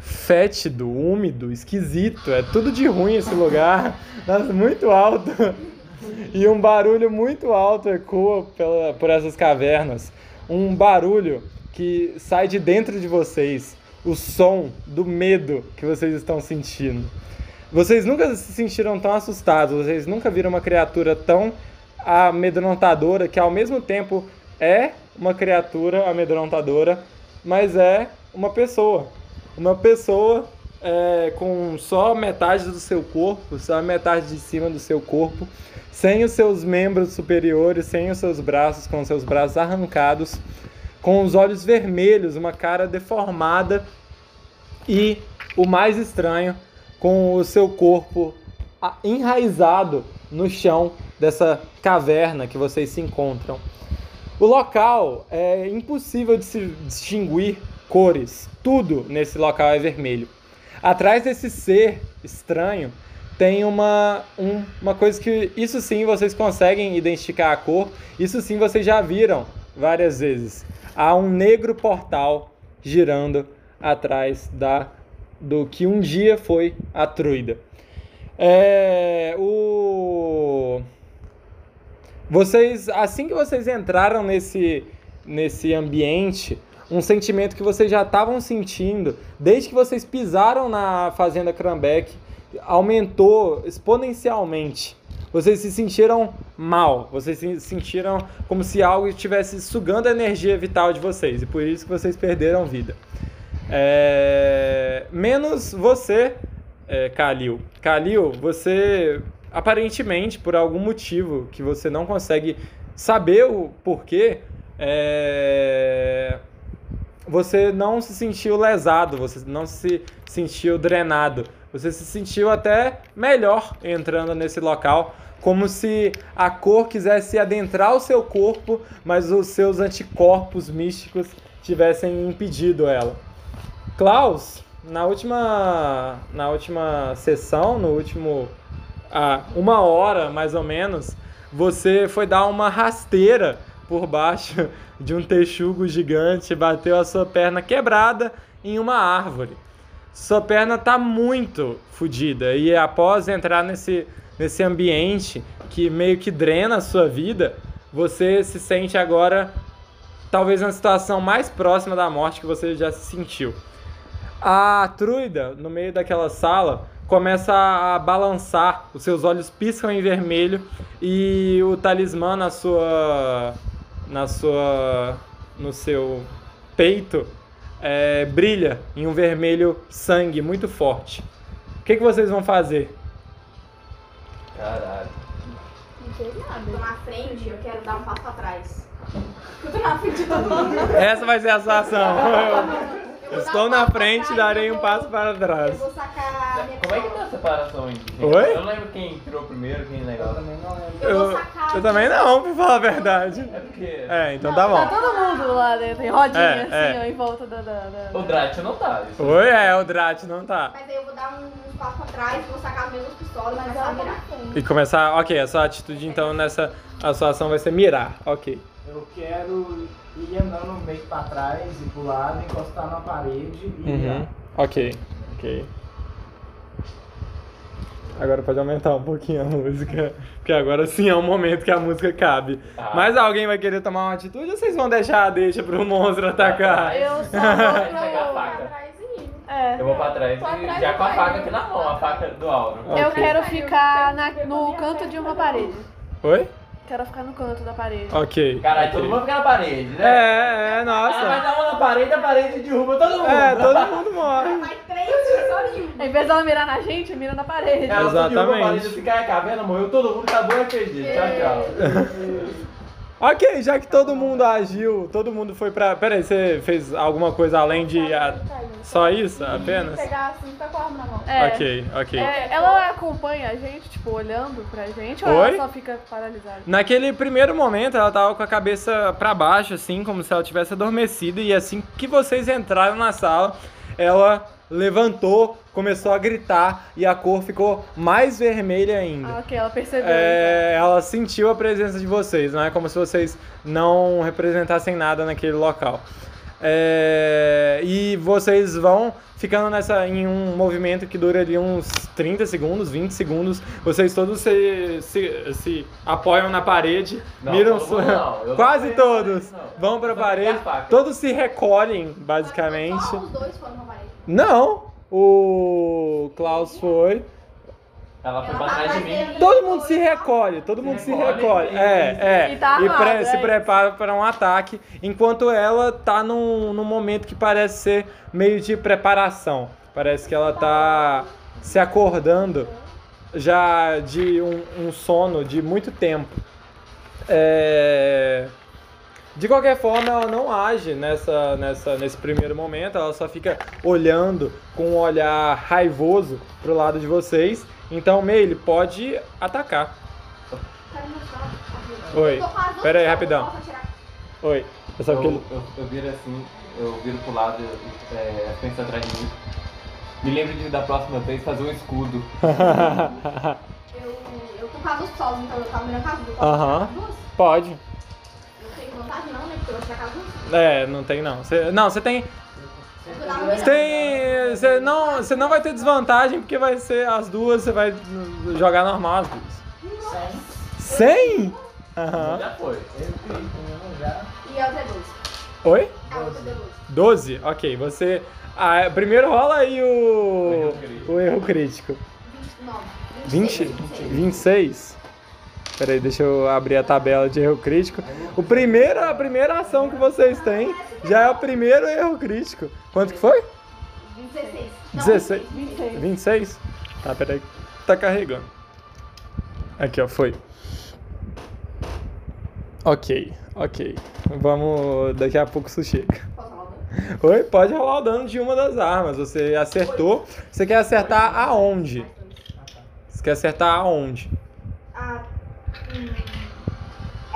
fétido, úmido, esquisito. É tudo de ruim esse lugar. Nossa, muito alto. E um barulho muito alto ecoa pela, por essas cavernas. Um barulho que sai de dentro de vocês. O som do medo que vocês estão sentindo. Vocês nunca se sentiram tão assustados. Vocês nunca viram uma criatura tão amedrontadora que ao mesmo tempo é uma criatura amedrontadora, mas é uma pessoa. Uma pessoa é, com só metade do seu corpo, só a metade de cima do seu corpo, sem os seus membros superiores, sem os seus braços, com os seus braços arrancados, com os olhos vermelhos, uma cara deformada e o mais estranho, com o seu corpo enraizado no chão dessa caverna que vocês se encontram. O local é impossível de se distinguir cores, tudo nesse local é vermelho. Atrás desse ser estranho tem uma, um, uma coisa que isso sim vocês conseguem identificar a cor, isso sim vocês já viram várias vezes. Há um negro portal girando atrás da do que um dia foi a Truida. É, o... Vocês, assim que vocês entraram nesse, nesse ambiente, um sentimento que vocês já estavam sentindo desde que vocês pisaram na fazenda Cranbeck aumentou exponencialmente. Vocês se sentiram mal, vocês se sentiram como se algo estivesse sugando a energia vital de vocês e por isso que vocês perderam vida. É... Menos você, é, Kalil. Kalil, você aparentemente, por algum motivo que você não consegue saber o porquê, é... você não se sentiu lesado, você não se sentiu drenado. Você se sentiu até melhor entrando nesse local, como se a cor quisesse adentrar o seu corpo, mas os seus anticorpos místicos tivessem impedido ela. Klaus, na última, na última sessão, no último ah, uma hora mais ou menos, você foi dar uma rasteira por baixo de um texugo gigante, bateu a sua perna quebrada em uma árvore. Sua perna tá muito fodida e após entrar nesse, nesse ambiente que meio que drena a sua vida, você se sente agora talvez na situação mais próxima da morte que você já se sentiu. A truida, no meio daquela sala, começa a balançar, os seus olhos piscam em vermelho e o talismã na sua na sua no seu peito é, brilha em um vermelho sangue muito forte. O que, que vocês vão fazer? Caralho. Não sei nada. Eu tô Tipo, na frente, eu quero dar um passo pra trás. Eu tô na frente de todo mundo. Essa vai ser a sua ação. Eu Eu vou dar estou um na passo pra frente e trás, darei eu um passo para vou- trás. Eu vou Ah, sacar a Como é minha que tá pistola. a separação aí? gente? Oi? Eu não lembro quem entrou primeiro, quem Eu legal. também não lembro. Eu vou sacar. eu também não, pra falar a verdade. É porque. É, então tá Tá bom. todo mundo lá dentro, em rodinha, É, assim, é. ó, em volta da. da, da- O Drat não tá. isso. Oi, é, o Drat não tá. Mas aí eu vou dar um, um passo pra trás, vou sacar as mesmas pistolas, mas Mas ela ela tá tá na na frente. E começar. Ok, a sua atitude então nessa. A sua ação vai ser mirar. Ok. Eu quero ir andando meio pra trás e pro lado, encostar na parede e. Uhum. Ok. Ok. Agora pode aumentar um pouquinho a música. Porque agora sim é o momento que a música cabe. Ah. Mas alguém vai querer tomar uma atitude ou vocês vão deixar a deixa pro monstro atacar? Eu só Vai pegar a vou faca. pro. É. Eu vou pra trás Pra e trás já do com a pai, faca né? aqui na mão, a faca do Auro. Ok. Eu quero ficar na- no canto de uma parede. Oi? Quero ficar no canto da parede. Ok. Caralho, ok. todo mundo fica na parede, né? É, é, Ah, vai nossa. dar uma na parede, a parede derruba todo mundo. É, todo mundo morre. Vai três tesourinhos. Em vez dela mirar na gente, mira na parede. É, Ela só derruba a Exatamente. parede, se cai a caverna, tá morreu todo mundo, acabou o RPG. Tchau, tchau. Ok, já que todo mundo agiu, todo mundo foi pra. Peraí, você fez alguma coisa além de. a- Só isso? Apenas? Pegar assim, tá com a arma na mão. É. Ok, ok. É, ela acompanha a gente, tipo, olhando pra gente, ou Oi? ela só fica paralisada? Naquele primeiro momento, ela tava com a cabeça pra baixo, assim, como se ela tivesse adormecido. E assim que vocês entraram na sala, ela levantou, começou a gritar e a cor ficou mais vermelha ainda. Ah, ok, ela percebeu. É, ela sentiu a presença de vocês, não é como se vocês não representassem nada naquele local. É, e vocês vão ficando nessa em um movimento que dura ali uns 30 segundos, 20 segundos. Vocês todos se, se, se apoiam na parede, Não, miram todo sua- mundo não, eu não quase vou- todos não. vão para a Só pegar parede, a faca. todos se recolhem basicamente. Só os dois foram pra parede. Não, o Klaus foi. Ela foi Ela pra tá trás de atrás mim. dele. Todo mundo se recolhe, todo mundo se recolhe recolhe. e- É, é. E tá e pre- armado, se é prepara para um ataque, enquanto ela tá num, num momento que parece ser meio de preparação. Parece que ela tá se acordando já de um, um sono de muito tempo. É, De qualquer forma, ela não age nessa, nessa, nesse primeiro momento, ela só fica olhando com um olhar raivoso pro lado de vocês. Então, Meile, pode atacar. Quero mostrar a vida. Oi, Eu tô com as duas pera aí, mãos, rapidão. eu posso atirar. Oi. É só Eu, porque ele- eu, eu viro assim, eu viro pro lado, eu- é, as crianças atrás de mim. Me lembro de da próxima vez fazer um escudo. Eu, eu tô com as duas pessoas, então eu tava mirando com as duas. Aham. Posso atirar com as duas? pode. Não tem vantagem não, né? Porque eu vou atirar com as duas. É, não tem não. Cê, não, você tem. Eu tava cê mirando. Tem. Você não, cê não vai ter desvantagem porque vai ser as duas, você vai hum, jogar normal as duas. Sem. 100? Aham. Já foi. Eu grito, eu não já. E a outra é 12. Oi? A outra deu 12. 12? Ok, você. Ah, primeiro rola aí o. erro crítico. O erro crítico. 29. 20? 26. 26? Peraí, deixa eu abrir a tabela de erro crítico. O primeiro, a primeira ação que vocês têm já é o primeiro erro crítico. Quanto que foi? 16. Não, 16. 26. 26? Tá, peraí. Tá carregando. Aqui, ó, foi. Ok, ok. Vamos. Daqui a pouco isso chega. Posso falar o dano? Oi, pode rolar o dano de uma das armas. Você acertou. Você quer acertar aonde? Mais dois. Você quer acertar aonde? Ah, hum.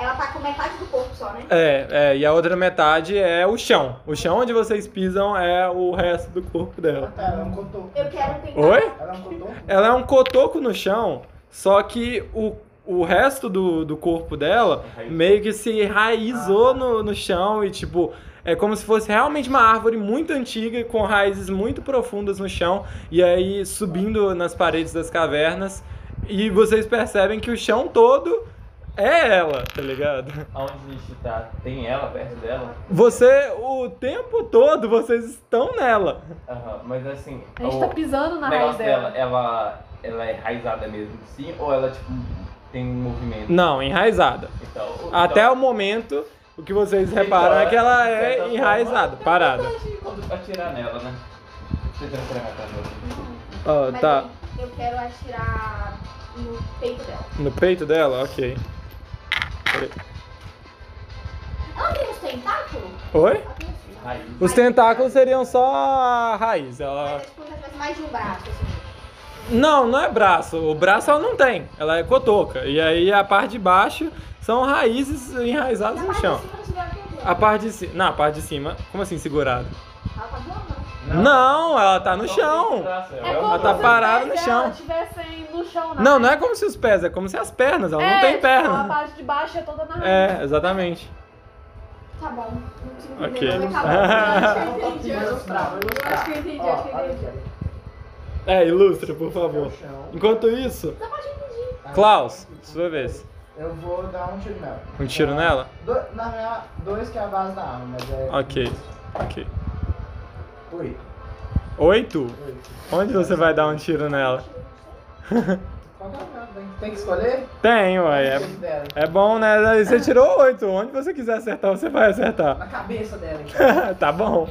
Ela tá com metade do corpo só, né? É, é, e a outra metade é o chão. O chão onde vocês pisam é o resto do corpo dela. Tá, ela é um cotoco. Eu quero tentar. Oi? Ela é um cotoco? Ela é um cotoco no chão, só que o, o resto do, do corpo dela meio que se Ah. enraizou no, no chão e, tipo, é como se fosse realmente uma árvore muito antiga com raízes muito profundas no chão e aí subindo nas paredes das cavernas. E vocês percebem que o chão todo é ela, tá ligado? Aonde a gente tá? Tem ela perto dela? Você, o tempo todo, vocês estão nela. Aham, mas assim. A gente o tá pisando na raiz negócio dela. dela, ela, ela é enraizada mesmo sim? Ou ela, tipo, tem um movimento? Não, enraizada. Então, Até então, o momento, o que vocês Então, tá reparam é que ela de certa é forma, enraizada, parada. Quando atirar nela, né? Você tá tirando atrás dela. Ó, Mas tá Eu eu quero atirar no peito dela. no peito dela? Ok. Ela tem uns tentáculos? Oi? Ela tem uns Raiz. Os tentáculos seriam só a raiz. Ela. Mas é tipo se ela tivesse mais de um braço, assim. Não, não é braço. O braço ela não tem. Ela é cotoca. E aí a parte de baixo são raízes enraizadas no chão. assim, A Ela tá parte de cima. Não, a parte de cima. Como assim segurada? voando? né? Não, ela tá no chão. É Ela como tá se os parada pés no dela chão. Estivessem no chão, Não, não é como se os pés, é como se as pernas, É, tipo, ela tá não tem A perna. É, tipo, parte de baixo é toda na raiz. É, exatamente. Tá bom. Não consigo entender, Ok. não, mas tá né? bom. Eu acho que eu entendi. Vou ilustrar, vou Eu ilustrar. acho que eu entendi, eu Ó, acho que eu olha entendi. aqui, É, ilustra, por ó. É o favor. chão. Enquanto isso, Só pode impedir. Tá? Klaus, sua vez. Eu vou dar um tiro nela. Um tiro nela? Do- na real, dois que é a base da arma, mas é. Ok. Ok. Oi. Oito? Oi. Onde você vai dar um tiro nela? Qual que é o meu? Tem- Tem que escolher? Tem, ué. É, Tiro dela. é bom, né? Daí Você tirou oito. Onde você quiser acertar, você vai acertar. Na cabeça dela, então. tá bom.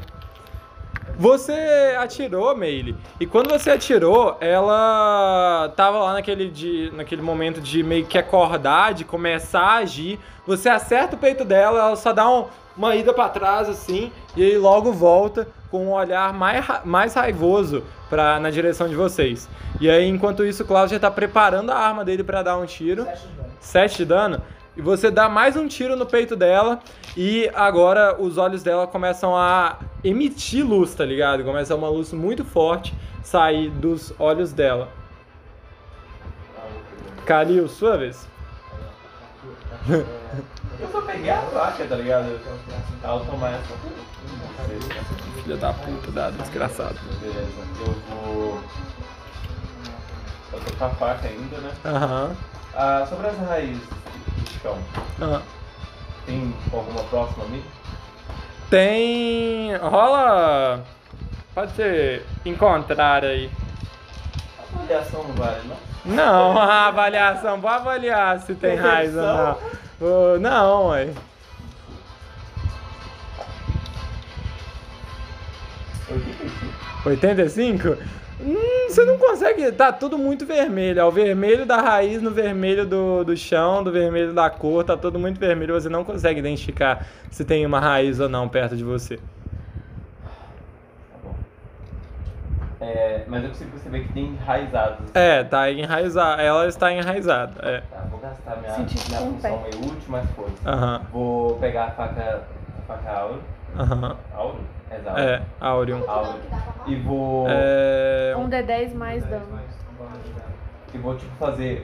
Você atirou, Meile, e quando você atirou, ela tava lá naquele, de, naquele momento de meio que acordar, de começar a agir. Você acerta o peito dela, ela só dá um- uma ida pra trás assim, e aí logo volta com um olhar mais, ra- mais raivoso pra, na direção de vocês. E aí, enquanto isso, o Klaus já tá preparando a arma dele pra dar um tiro. Sete de dano. 7 de dano. E você dá mais um tiro no peito dela. E agora os olhos dela começam a emitir luz, tá ligado? Começa uma luz muito forte sair dos olhos dela. Kalil, sua vez. assim, tá, Eu só peguei a placa, tá ligado? Ela tomar essa. Filha da puta, dado, desgraçado. Beleza, eu vou. Eu tô com a faca ainda, né? Aham. Ah, sobre as raízes do chão, Ah. tem alguma próxima a mim? Tem. Rola. Pode ser encontrar aí. A avaliação não vale, não? Não, a avaliação. Vou avaliar se tem raiz ou não. Vou- Não, ué. Eu digo isso. 85? Hum, você não consegue. Tá tudo muito vermelho. ó. O vermelho da raiz no vermelho do, do chão, do vermelho da cor, tá tudo muito vermelho. Você não consegue identificar se tem uma raiz ou não perto de você. Tá bom. É, mas eu consigo perceber que tem enraizados. É, tá enraizada. Ela está enraizada. É. Tá, vou gastar minha, minha Senti com o pé. função meio útil, mas foi. Aham. Vou pegar a faca. A faca Auro. Aham. Auro? Exato. É, Aurion. Auro. E vou. É. Um D10 mais Né, dano. E vou tipo fazer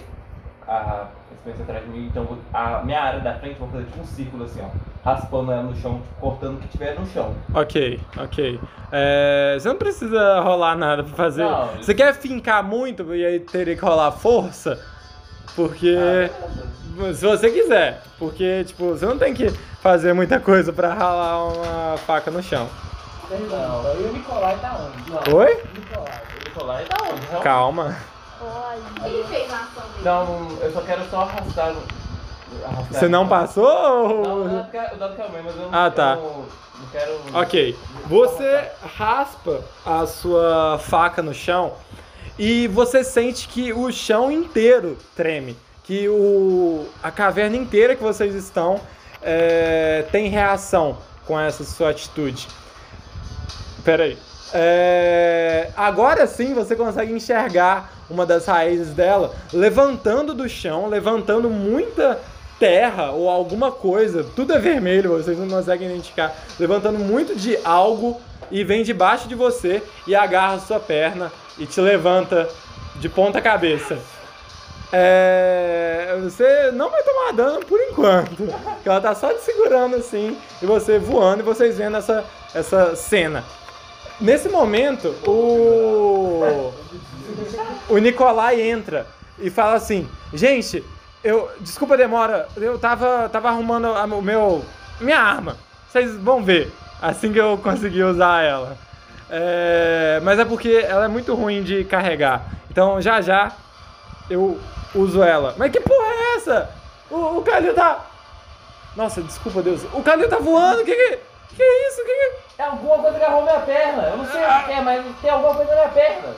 a experiência atrás de mim, então vou- a minha área da frente eu vou fazer tipo um círculo assim, ó. Raspando ela no chão, tipo, cortando o que tiver no chão. Ok, ok. É, você não precisa rolar nada pra fazer. Não, você quer fincar muito e aí teria que rolar força? Porque. Ah, se você quiser. Porque, tipo, você não tem que fazer muita coisa pra ralar uma faca no chão. é. Pergunta, e o Nicolai tá onde? Oi? Nicolai. Eu vou lá e dá tá onde? realmente. Calma. Olha. Ele fez a ação dele. Não, eu só quero só arrastar. o- arrastar Você não passou? Não, ou- o dado quer- o dado quer o mesmo, mas eu não, Ah, tá. eu não, não quero. Ok. Você raspa a sua faca no chão e você sente que o chão inteiro treme. Que o, a caverna inteira que vocês estão é, tem reação com essa sua atitude. Peraí. É, agora sim você consegue enxergar uma das raízes dela levantando do chão, levantando muita terra ou alguma coisa. Tudo é vermelho, vocês não conseguem identificar. Levantando muito de algo e vem debaixo de você e agarra a sua perna e te levanta de ponta cabeça. É, você não vai tomar dano por enquanto. Porque ela tá só te segurando assim e você voando e vocês vendo essa, essa cena. Nesse momento, o. O Nicolai entra e fala assim: Gente, eu. Desculpa a demora, eu tava, tava arrumando a- o meu. Minha arma. Vocês vão ver assim que eu conseguir usar ela. É, mas é porque ela é muito ruim de carregar. Então já já eu uso ela. Mas que porra é essa? O, o Calil tá. Nossa, desculpa, Deus. O Calil tá voando, que que. Que é isso? Que que... É alguma coisa que agarrou minha perna. Eu não sei o que é, mas tem alguma coisa na minha perna.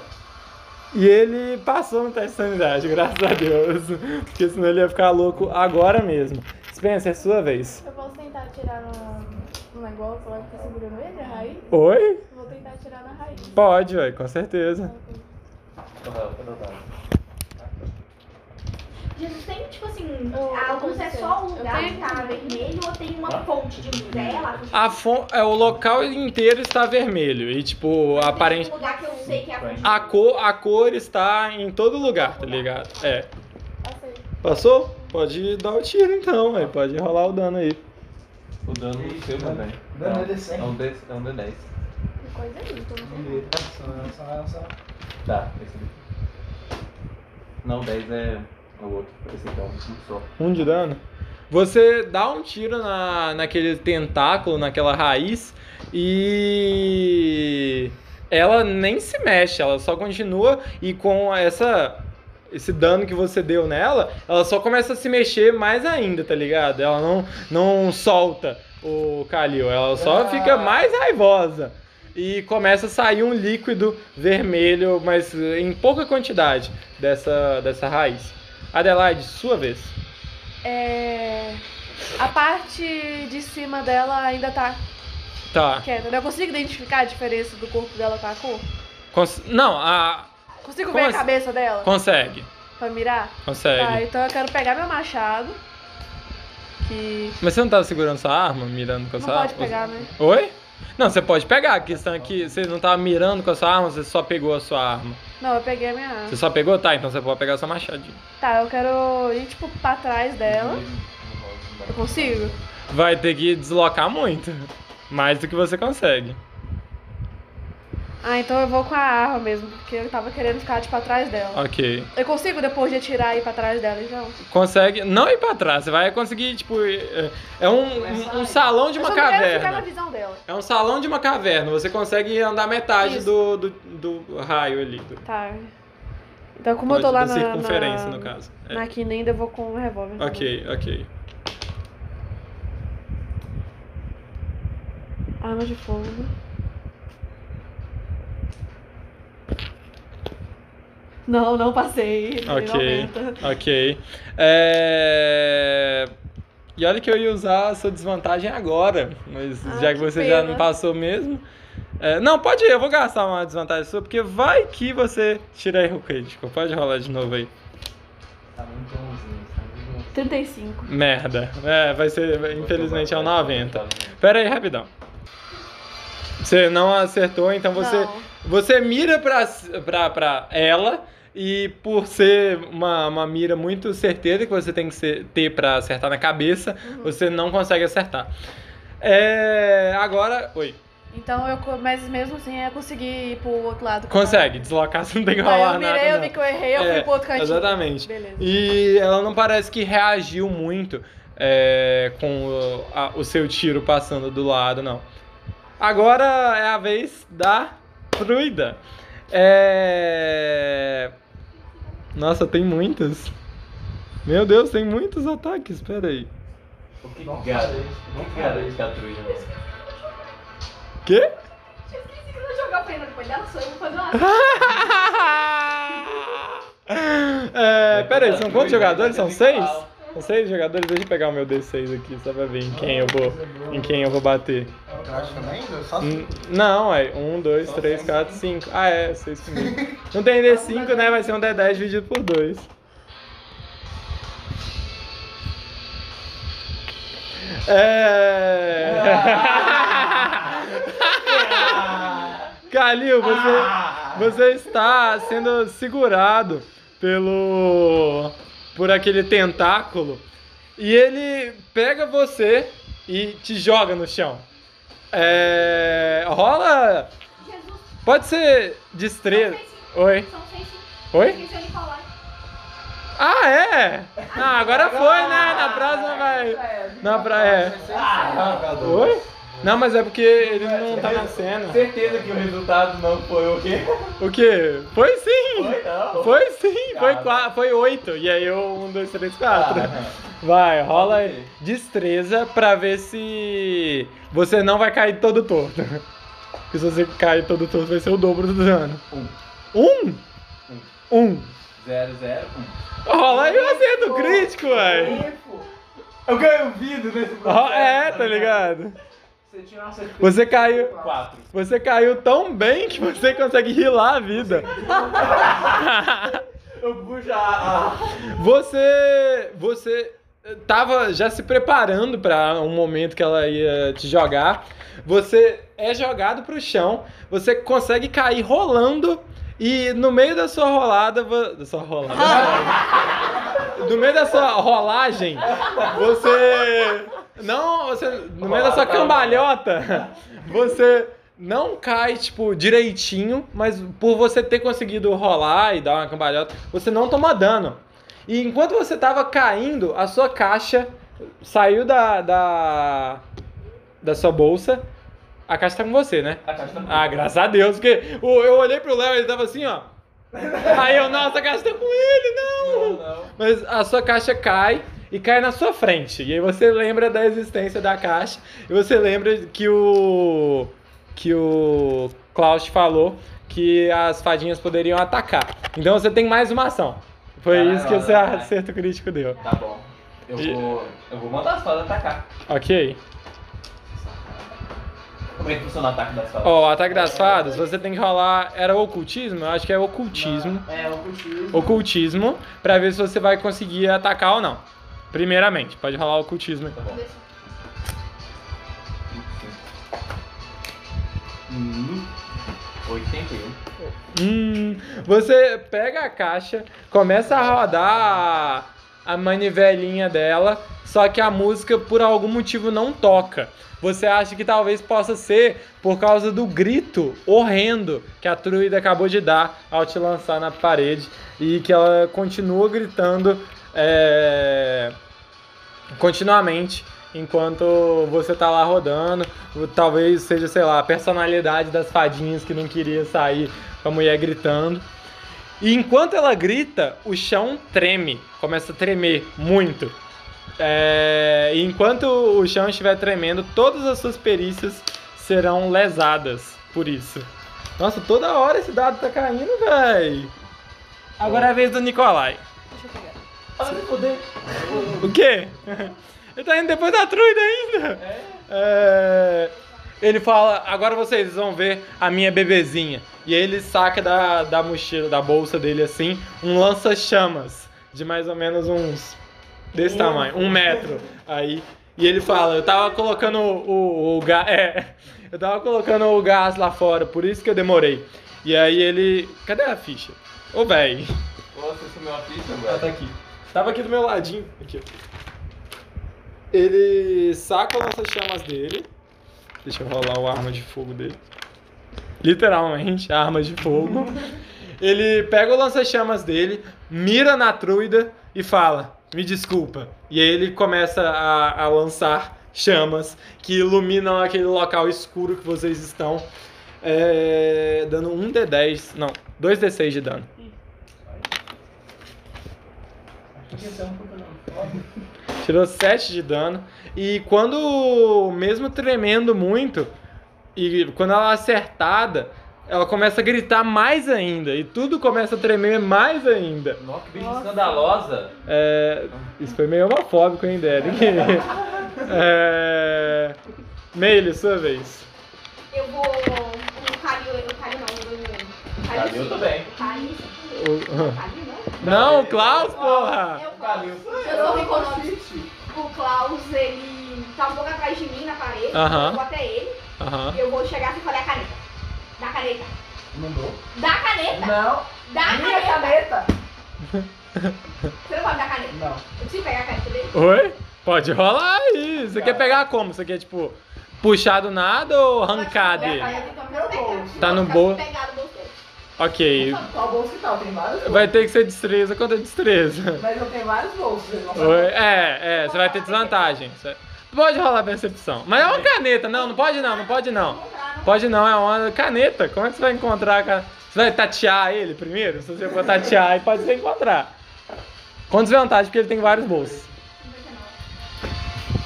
E ele passou no teste de sanidade, graças a Deus. Porque senão ele ia ficar louco agora mesmo. Spencer, é sua vez. Eu posso tentar tirar um, um negócio lá que tá segurando ele, a raiz? Oi? Vou tentar tirar na raiz. Pode, ué, com certeza. Jesus tem, tipo assim, Eu- eu alguns é consigo. só o Eu lugar que tenho tá também. vermelho ou tem uma fonte de luz. É ela. A fon... é, o local inteiro está vermelho. E, tipo, aparente. Ah, Tem um lugar que eu sei que é a fonte de A cor, a cor está em todo lugar, tá ligado? É. Passou? Pode dar o tiro então, ué. Pode rolar o dano aí. O dano não seu também. Dano Não, é de cem. É um D- é um D10. Que coisa né? aí, tô não sei. Tá, esse aqui. Não, 10 é é o outro. Esse aqui é um só. Um de dano. Você dá um tiro na, naquele tentáculo, naquela raiz, e ela nem se mexe, ela só continua e com essa esse dano que você deu nela, ela só começa a se mexer mais ainda, tá ligado? Ela não, não solta o Kalil, ela só Ah. fica mais raivosa. E começa a sair um líquido vermelho, mas em pouca quantidade dessa, dessa raiz. Adelaide, sua vez. É. A parte de cima dela ainda tá Tá. quieta. né? Eu consigo identificar a diferença do corpo dela com a cor? Cons- não, a. Consigo Como ver assim? a cabeça dela Consegue. pra mirar? Tá, Consegue. então eu quero pegar meu machado. Que. Mas você não tava segurando sua arma, mirando com a Não sua pode arma? pegar, né? Oi? Não, você pode pegar. A questão é que você não tava mirando com a sua arma, você só pegou a sua arma. Não, eu peguei a minha arma. Você só pegou? Tá, então você pode pegar seu machadinho. Tá, eu quero ir, tipo, pra trás dela. Eu consigo? Vai ter que deslocar muito. mais do que você consegue. Ah, então eu vou com a arma mesmo, porque eu tava querendo ficar, tipo, atrás dela. Ok. Eu consigo depois de atirar e ir pra trás dela, então? Consegue não ir pra trás, você vai conseguir, tipo. é- É um, um- um salão de Tipo, eu uma só não quero ficar na caverna. visão dela. É um salão de uma caverna, você consegue andar metade Isso. do, do, do raio ali. do- Tá. Então, como eu da tô lá na... circunferência, na, no caso. É. Na quina ainda, eu vou com o revólver. Ok, ok. Arma de fogo. Não, não passei. Ok. Ele aumenta. Ok. É... E olha que eu ia usar a sua desvantagem agora, mas Ah, já que que você já pena. não passou mesmo. é, Não, pode ir, eu vou gastar uma desvantagem sua, porque vai que você tira erro crítico. Pode rolar de novo aí. Tá muito bonzinho, tá muito bonzinho. 35. Merda. É, vai ser. vai- Infelizmente é o 90. Tá Pera aí, rapidão. Você não acertou, então você. Não. Você mira pra, pra, pra ela e por ser uma, uma mira muito certeira que você tem que ser- ter pra acertar na cabeça, Uhum. você não consegue acertar. É, agora, oi, Então eu. co- Mas mesmo assim eu consegui ir pro outro lado. consegue deslocar, você não tem que Tá, rolar eu nada. mirei, eu não. vi que eu errei, eu É, fui pro outro cantinho. Exatamente. Beleza. E ela não parece que reagiu muito é, com o, a- o seu tiro passando do lado, não. Agora é a vez da Truida. É... Nossa, tem muitas. Meu Deus, tem muitos ataques, pera aí. O que Nossa, que garante? gente, O que que garante que a truja não? Quê? Eu esqueci que eu vou jogar prenda depois dela, só eu vou fazer uma. é, pera aí, são quantos jogadores? São seis? São seis jogadores? Deixa eu pegar o meu D6 aqui, só pra ver em quem eu vou, em quem eu vou bater. Eu acho que nem, só Hum, Não, é 1, 2, 3, 4, 5. Ah, é, 6 comigo. Não tem D5, né? Vai ser um D10 dividido por 2. É. Calil, você, você está sendo segurado pelo. por aquele tentáculo. E ele pega você e te joga no chão. É. Rola. Jesus, Pode ser são destreza. seis sim. Oi. São seis sim. Oi? Esqueci de falar. Ah, é! Ah, agora foi, né? Na próxima vai. Na praia. Oi? Não, mas é porque ele não tá na cena. Certeza que o resultado não foi o quê? O quê? Foi sim! Foi não. Foi sim! Foi, qua- foi oito. E aí eu, um, dois, três, quatro. Ah, Vai, rola aí. destreza pra ver se você não vai cair todo torto. Porque se você cair todo torto vai ser o dobro do dano. Um. Um? Um. Zero, zero, um. Rola aí o acerto crítico, velho. Eu ganhei um vidro nesse Ó, é, tá ligado? Você tinha uma certeza. Você caiu. Quatro. Você caiu tão bem que você consegue rilar a vida. Eu puxo a... a- Você. Você tava já se preparando pra um momento que ela ia te jogar. Você é jogado pro chão, você consegue cair rolando e no meio da sua rolada, vo- da sua rolada. no meio da sua rolagem, você não, você no meio da sua cambalhota, você não cai tipo direitinho, mas por você ter conseguido rolar e dar uma cambalhota, você não toma dano. E enquanto você tava caindo, a sua caixa saiu da. da, da sua bolsa. A caixa tá com você, né? A caixa tá... Ah, graças a Deus, porque o- eu olhei pro Léo e ele tava assim, ó. Aí eu, nossa, a caixa tá com ele, Não, não! não. Mas a sua caixa cai e cai na sua frente. E aí você lembra da existência da caixa e você lembra que o. que o Klaus te falou que as fadinhas poderiam atacar. Então você tem mais uma ação. Foi Caralho, isso que o seu caralho. acerto crítico deu. Tá bom. Eu E- vou... Eu vou mandar as fadas atacar. Ok? Como é que funciona o ataque das fadas? Ó, o ataque das fadas, você tem que rolar. Era ocultismo? Eu acho que é ocultismo. É, Oh. ocultismo. Ocultismo, pra ver se você vai conseguir atacar ou não. Primeiramente, pode rolar o ocultismo aí. Tá bom. Deixa. Hum, 81. Hum, você pega a caixa, começa a rodar a, a manivelinha dela, só que a música por algum motivo não toca. Você acha que talvez possa ser por causa do grito horrendo que a Truida acabou de dar ao te lançar na parede e que ela continua gritando é, continuamente enquanto você tá lá rodando. Talvez seja, sei lá, a personalidade das fadinhas que não queria sair com a mulher gritando. E enquanto ela grita, o chão treme, começa a tremer muito. É, e enquanto o chão estiver tremendo, todas as suas perícias serão lesadas por isso. Nossa, toda hora esse dado tá caindo, véi. Agora é a vez do Nicolai. Deixa eu pegar. Ah, vai se fuder. O quê? Ele tá indo depois da truida ainda. É, Ele fala, agora vocês vão ver a minha bebezinha. E aí ele saca da, da mochila, da bolsa dele assim, um lança-chamas. De mais ou menos uns. Desse tamanho, um metro. Aí. E ele fala, eu tava colocando o, o, gás. É, eu tava colocando o gás lá fora, por isso que eu demorei. E aí ele. Cadê a ficha? Ô véi. Nossa, esse um. é meu apito, Ela velho. tá aqui. Tava aqui do meu ladinho. Aqui, ó. Ele saca nossas chamas dele. Deixa eu rolar o arma de fogo dele. Literalmente, a arma de fogo. Ele pega o lança-chamas dele, mira na truida e fala: Me desculpa. E aí ele começa a, a lançar chamas que iluminam aquele local escuro que vocês estão, é, dando um D10, não, dois D6 de dano. Tirou 7 de dano. E quando, mesmo tremendo muito, e quando ela é acertada, ela começa a gritar mais ainda. E tudo começa a tremer mais ainda. Nossa, que bicho Nossa. escandalosa. É, isso foi meio homofóbico, hein, Derek? é, Meile, sua vez. Eu vou. O Calil, o Calil não, o Calil também. Calil. O- Calil não? Não, Klaus, porra! É o Valeu. Eu sou reconhecido. O Klaus, ele tá um pouco atrás de mim na parede. Aham. Eu vou até ele. Aham. E eu vou chegar assim e falar a caneta. Dá a caneta. Mandou. Dá a caneta. Não. Dá a Minha caneta. caneta. Você não pode dar a caneta. Não. Eu preciso pegar a caneta dele. Oi? Pode rolar aí. Você quer pegar como? Você quer, tipo, puxar do nada ou arrancar Eu acho que eu vou pegar a dele? caneta, então eu vou pegar. Tá no Eu vou bolso. pegar do bolso dele. Ok. Qual bolso que tá? Tem vários bolsos. Vai ter que ser destreza contra destreza. Mas eu tenho vários bolsos. eles não Oi, É, é, você vai ter desvantagem. Você- Pode rolar percepção. Mas é uma caneta, não, não pode não, não pode não. Pode não, é uma caneta. Como é que você vai encontrar a ca- Você vai tatear ele primeiro? Se você for tatear, aí pode você encontrar. Com desvantagem, porque ele tem vários bolsos.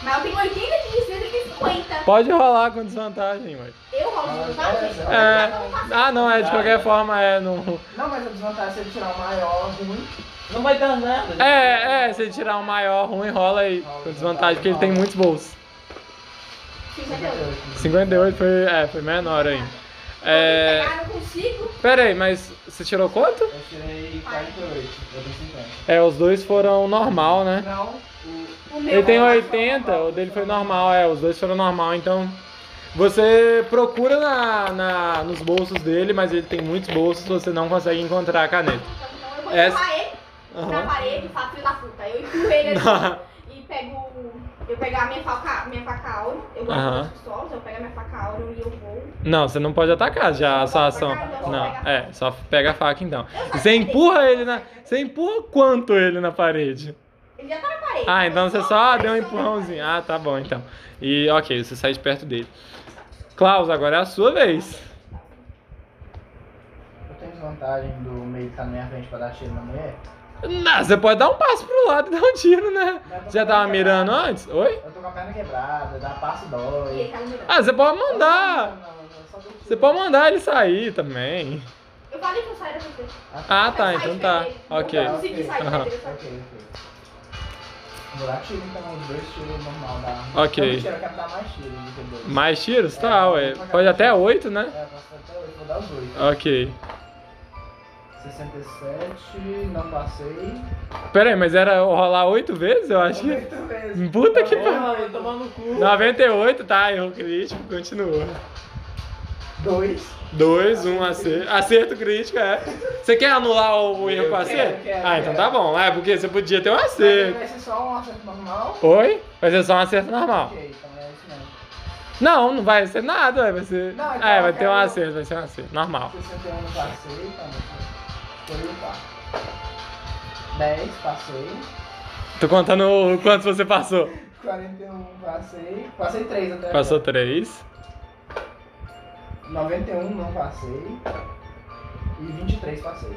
Mas eu tenho 80 de destreza, ele tem 50. Pode rolar com desvantagem, mas. Eu rolo de vantagem? É. Ah, não, é de qualquer forma, é. Não... Não, mas a desvantagem é ele tirar o maior, ruim. Não vai dar nada. É, é, se ele tirar um maior, ruim, rola aí. Com desvantagem, porque ele tem muitos bolsos. É. 58. 58 foi, é, foi menor ainda. É. Pegar, não consigo. Pera aí, mas você tirou quanto? Eu tirei 48. Eu tenho 50. É, os dois foram normal, né? Não, o... O meu Ele tem eu acho 80, o dele foi normal, é, os dois foram normal, então. Você procura na, na- nos bolsos dele, mas ele tem muitos bolsos, você não consegue encontrar a caneta. Então eu vou Essa- empurrar ele na Aham. parede e falo, filho da puta. Eu empurro ele assim e pego. Eu pego a minha faca, minha faca aura, eu gosto Aham. das pistolas, eu pego a minha faca aura e eu vou. Não, você não pode atacar já a sua ação. Não, é, só pega a faca então. E Você empurra ele na. Você empurra quanto ele na parede? Ele já tá na parede. Ah, então você só deu um pressiono. empurrãozinho. Ah, tá bom então. E ok, você sai de perto dele. Klaus, agora é a sua vez. eu tenho desvantagem do meio que tá na minha frente pra dar tiro na mulher. Não, você pode dar um passo pro lado e dar um tiro, né? Mas eu tô Já com a tava perna mirando quebrada. antes? Oi? Eu tô com a perna quebrada, dá passo E ele dói. tá me mirando. Ah, você pode mandar. Não, não, não, eu só dou tiro. Você pode mandar ele sair também. Eu falei que eu saí da você. Ah, tá, então tá. Ok. Eu consegui sair da Aham. frente dele. Ok, ok. Vou dar tiro então, os dois tiros normal da. Ok. Eu, tiro, eu quero dar mais tiro do que dois. Mais tiros? Tá, ué. Pode até oito, né? É, eu posso até oito, vou dar os oito. Ok. Ah. 67, não passei. Pera aí, mas era rolar oito vezes? Eu acho que. Oito vezes. Puta que pariu. Porra, vai tomar no cu. 98, tá, erro crítico, continua. Dois. Dois, um acerto. Acerto crítico, é. Você quer anular o erro com Eu acerto? quero, quero, Ah, então quero. tá bom. É, porque você podia ter um Mas acerto. Vai ser só um acerto normal? Oi? Vai ser só um acerto normal. Ok, então é isso mesmo. Não, não vai ser nada, vai ser. Não, então É, eu vai ter um quero- acerto, vai ser um acerto. Normal. 61 eu passei, então foi o par. 10 passei, Tô contando o quanto você passou. 41 passei, passei 3 até. Passou três. agora. 91 não passei e 23 passei.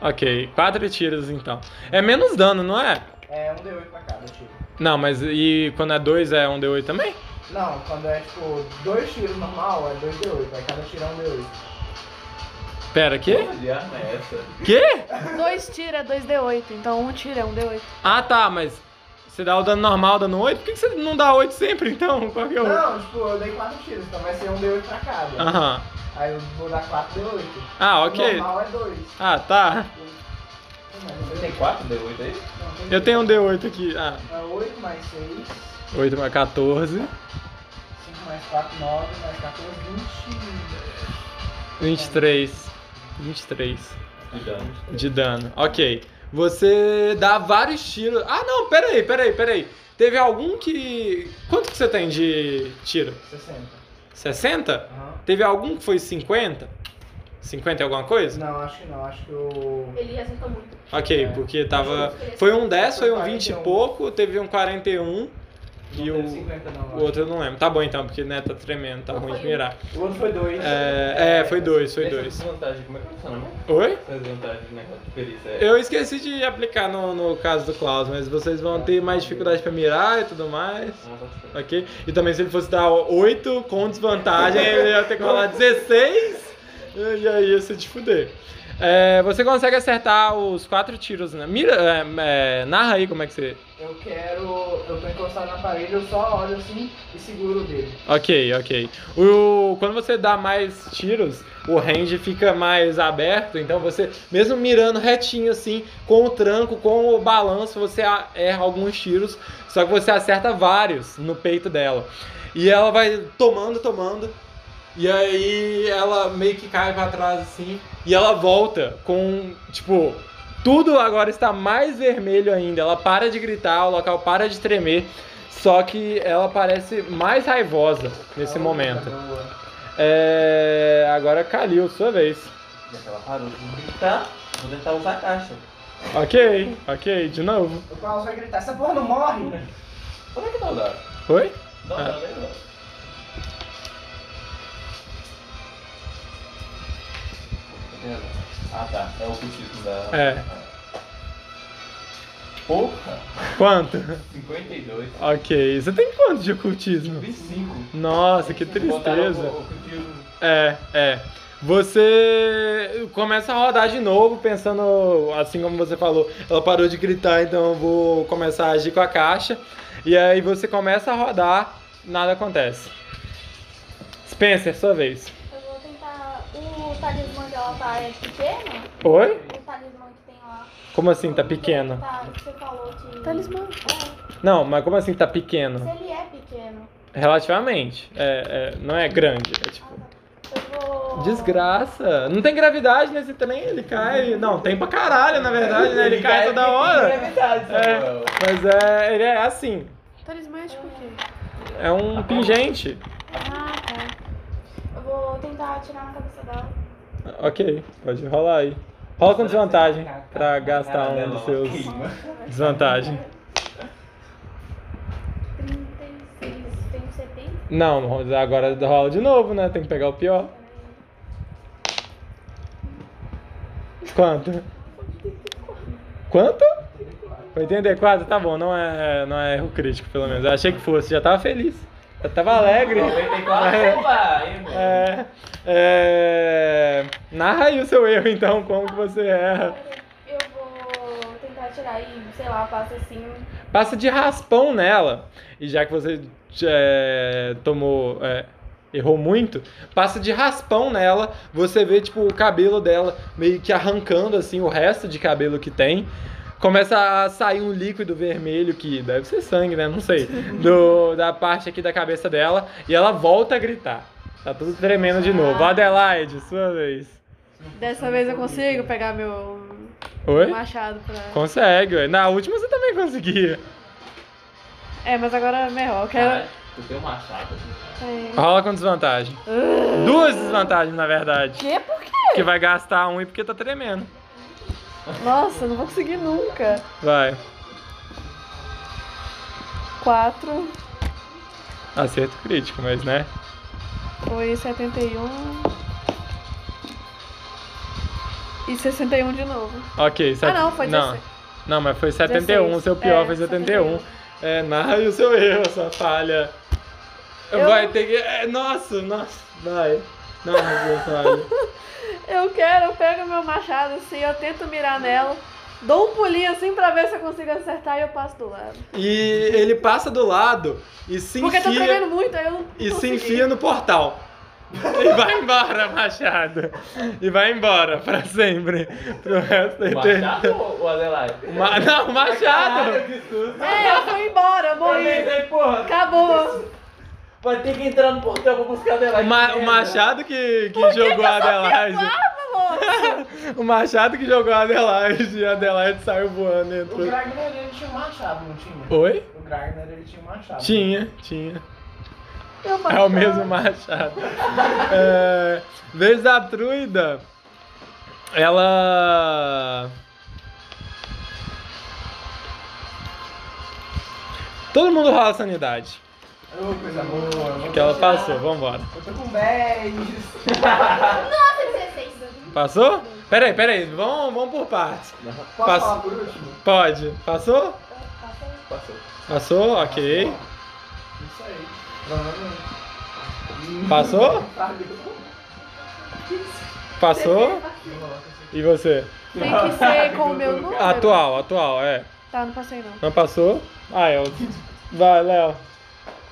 Ok, quatro tiros então. É menos dano, não é? É um D8 pra cada tiro. Não, mas e quando é dois é um D8 também? Não, quando é tipo dois tiros normal é 2 D8, aí cada tiro é um D8. Pera, Que quê? arma é essa? Quê? Dois tira é 2D8, então um tira é um D8. Ah tá, mas você dá o dano normal, dando 8? Por que que você não dá 8 sempre então? Qual que é o. Não, tipo, eu dei 4 tiros, então vai ser um D8 pra cada. Aham. Aí eu vou dar 4 D8. Ah, ok. Normal é 2. Ah, tá. Você tem 4 D8 aí? Eu tenho um D8 aqui. Ah, É 8 mais 6, 8 mais 14. 5 mais 4, 9, mais é 14, 20. 23. 23 De dano. de dano. Ok. Você dá vários tiros. Ah, não, peraí, peraí, peraí. Teve algum que. Quanto que você tem de tiro? 60. 60? Aham. Teve algum que foi 50? 50 e alguma coisa? Não, acho que não. Acho que o. Ele acertou muito. Ok, É. porque tava. Foi um 10, foi um 20 e pouco, teve um 41. não E teve o- 50, não, O acho. outro eu não lembro. Tá bom então, porque né, tá tremendo, tá ruim de um. mirar. O outro foi 2. É, é, foi dois, foi Essa dois. desvantagem, como é que funciona mesmo? Oi? Essa desvantagem de negócio de perícia é. Eu esqueci de aplicar no, no caso do Klaus, mas vocês vão ter mais dificuldade pra mirar e tudo mais. Ah, tá diferente. Ok? E também se ele fosse dar 8 com desvantagem, ele ia ter que rolar 16 e aí ia se te fuder. É, você consegue acertar os quatro tiros, né? Mira, é, é, narra aí como é que você. Eu quero. Eu tô encostado na parede, eu só olho assim e seguro o dedo. Ok, ok. O, quando você dá mais tiros, o range fica mais aberto, então você, mesmo mirando retinho assim, com o tranco, com o balanço, você a- erra alguns tiros, só que você acerta vários no peito dela. E ela vai tomando, tomando, e aí ela meio que cai pra trás assim, e ela volta com, tipo, tudo agora está mais vermelho ainda. Ela para de gritar, o local para de tremer. Só que ela parece mais raivosa nesse Ah, momento. boa. É. Agora Calil, sua vez. Já que ela parou de gritar, vou tentar usar a caixa. Ok, ok, de novo. O Klaus vai gritar: essa porra não morre! Como é que dá o dado? Oi? Dá o Ah. dado, né? Ah tá, é o ocultismo da. É. Porra! Quanto? 52. Ok, você tem quanto de ocultismo? 25. Nossa, que Botaram tristeza. o- o ocultismo. É, é. Você começa a rodar de novo, pensando, assim como você falou, ela parou de gritar, então eu vou começar a agir com a caixa. E aí você começa a rodar, nada acontece. Spencer, sua vez. assim, Eu vou tentar. O talismã dela tá é pequeno? Oi? O talismã que tem lá. Como assim, tá Então, pequeno? Tá, você falou que. Talismã. É, Não, mas como assim tá se pequeno? ele é pequeno. Relativamente. É, é, não é grande. É tipo. Eu vou. Desgraça. Não tem gravidade nesse trem, ele cai. Não, tem pra caralho, na verdade, né? Ele cai toda hora. É verdade, Samuel. Mas é, ele é assim. Talismã é tipo o quê? É um pingente. Ah, tá. Eu vou tentar atirar na cabeça dela. Ok, pode rolar aí. Rola com desvantagem pra gastar Cara, um Nelão, dos seus. queima. Desvantagem. 36. Tem 70. Não, agora rola de novo, né? Tem que pegar o pior. Quanto? Quanto? 84? Tá bom, não é, não é erro crítico, pelo menos. Eu achei que fosse, já tava feliz. Já tava alegre. 94, opa! hein, velho? É, é... Narra aí o seu erro, então, como que você erra. Eu vou tentar atirar e, sei lá, passa assim. Passa de raspão nela. E já que você é, tomou. é, errou muito, passa de raspão nela. Você vê, tipo, o cabelo dela meio que arrancando, assim, o resto de cabelo que tem. Começa a sair um líquido vermelho que deve ser sangue, né? Não sei. Do, da parte aqui da cabeça dela. E ela volta a gritar. Tá tudo tremendo de novo. Adelaide, sua vez. Dessa vez eu consigo pegar meu Oi? machado pra. Consegue, ué. Na última você também conseguia. É, mas agora é melhor. eu Ah, Quero... Caralho, tu tem um machado. assim. É. Rola com desvantagem. Duas desvantagens, na verdade. Quê? Por quê? Porque vai gastar um e porque tá tremendo. Nossa, não vou conseguir nunca. Vai. Quatro Acerto crítico, mas né? foi 71. E 61 de novo. Ok, set... Ah, não, foi não. 16. Não, mas foi 71, o seu 16, pior é, um. foi 71. É, na e o seu erro, sua falha. Eu- Vai ter que. É, nossa, nossa, vai. Não, sua falha. Eu quero, eu pego meu machado assim, eu tento mirar nela, dou um pulinho assim pra ver se eu consigo acertar e eu passo do lado. E ele passa do lado e se Porque tá enfia. tremendo muito, aí eu não E se consegui. enfia no portal. E vai embora, Machado. E vai embora pra sempre. Pro resto da O eternidade. machado ou o Adelaide? Ma- Não, Machado! Caralho, que susto. É, eu fui embora, eu Também, morri. né, porra. Acabou. Vai ter que entrar no portão pra buscar a Adelaide. O, ma- o Merda. Machado que, que jogou a Adelaide. o Machado que jogou a Adelaide e a Adelaide saiu voando e O entrou. Gragner ele tinha um machado, não tinha? Oi? O Gragner ele tinha um machado. Tinha, tinha. Eu É o mesmo Machado. É, vez da Truida, ela. Todo mundo rola sanidade. Ô, coisa boa. vou Que ela deixar. passou, vambora. Eu tô com 10. Nossa, 16. Passou? Peraí, peraí, vamos, vamos por partes. Posso Passa- falar por último? Pode. Passou? Passou. Passou, ok. Isso aí. Provavelmente. Passou? Passou? E você? Tem que ser com o meu número. Atual, atual, é. Tá, não passei não. Não passou? Ah, é. o- Vai, Léo.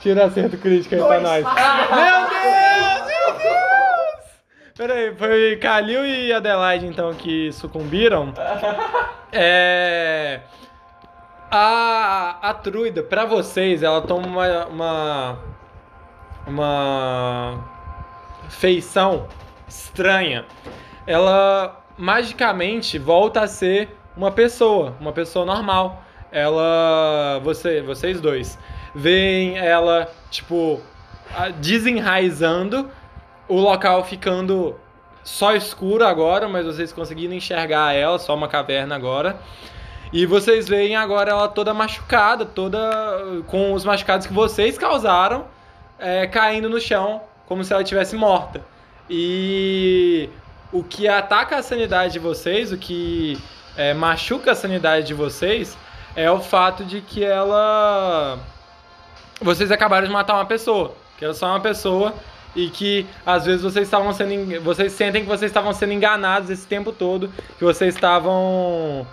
Tira acerto crítico aí pra nós. Meu Deus, meu Deus! Peraí, foi Kalil e Adelaide então que sucumbiram. É. A, a Truida, pra vocês, ela toma uma. Uma. uma feição estranha. Ela magicamente volta a ser uma pessoa, uma pessoa normal. Ela. Você, vocês dois. Veem ela, tipo, a- desenraizando, o local ficando só escuro agora, mas vocês conseguindo enxergar ela, só uma caverna agora. E vocês veem agora ela toda machucada, toda uh, com os machucados que vocês causaram, é, caindo no chão, como se ela estivesse morta. E o que ataca a sanidade de vocês, o que é, machuca a sanidade de vocês, é o fato de que ela. Vocês acabaram de matar uma pessoa. Que ela só é uma pessoa e que às vezes vocês estavam sendo. en- Vocês sentem que vocês estavam sendo enganados esse tempo todo, que vocês estavam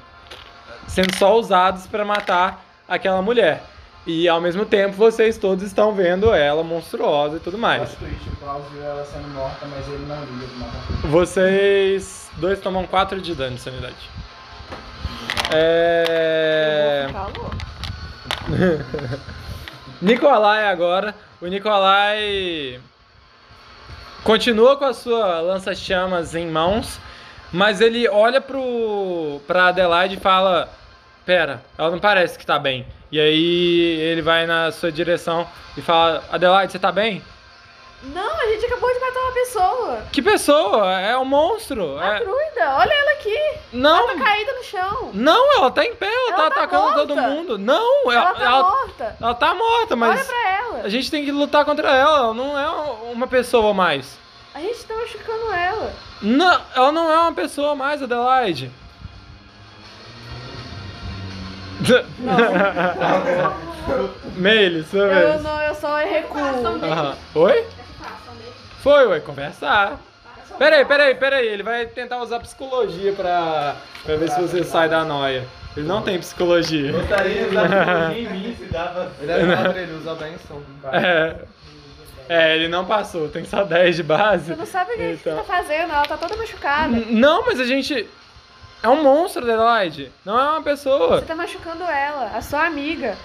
sendo só usados para matar aquela mulher. E ao mesmo tempo vocês todos estão vendo ela monstruosa e tudo mais. Plot twist, o Klaus viu ela sendo morta, mas ele não viu ele matar Vocês dois tomam 4 de dano de sanidade. É... Eu vou ficar louca. Nicolai agora. O Nicolai continua com a sua lança-chamas em mãos, mas ele olha pro pra Adelaide e fala: "Pera, ela não parece que tá bem". E aí ele vai na sua direção e fala: "Adelaide, você tá bem?" Não, a gente acabou de matar uma pessoa. "Que pessoa? É um monstro". A É- druida, olha ela aqui. Não, Tá caída no chão. Não, ela tá em pé, ela, Ela tá tá atacando morta. todo mundo. Não, Ela ela, tá ela- morta. ela tá morta, Olha mas pra ela. a gente tem que lutar contra ela. Ela não é uma pessoa mais. A gente tá machucando ela. Não, ela não é uma pessoa mais, Adelaide. Meile, sua Eu vez. não, eu só recuo. Aham. Oi? um Foi, ué, conversar. Peraí, peraí, peraí. Ele vai tentar usar psicologia pra, pra ver se você sai da noia. Ele não tem psicologia. Gostaria de usar em mim se dava. Ele era padre, ele usa benção. É. É, ele não passou, tem só 10 de base. Você não sabe o que a gente Então. tá fazendo, ela tá toda machucada. N- Não, mas a gente. É um monstro, Adelaide. Não é uma pessoa. Você tá machucando ela, a sua amiga.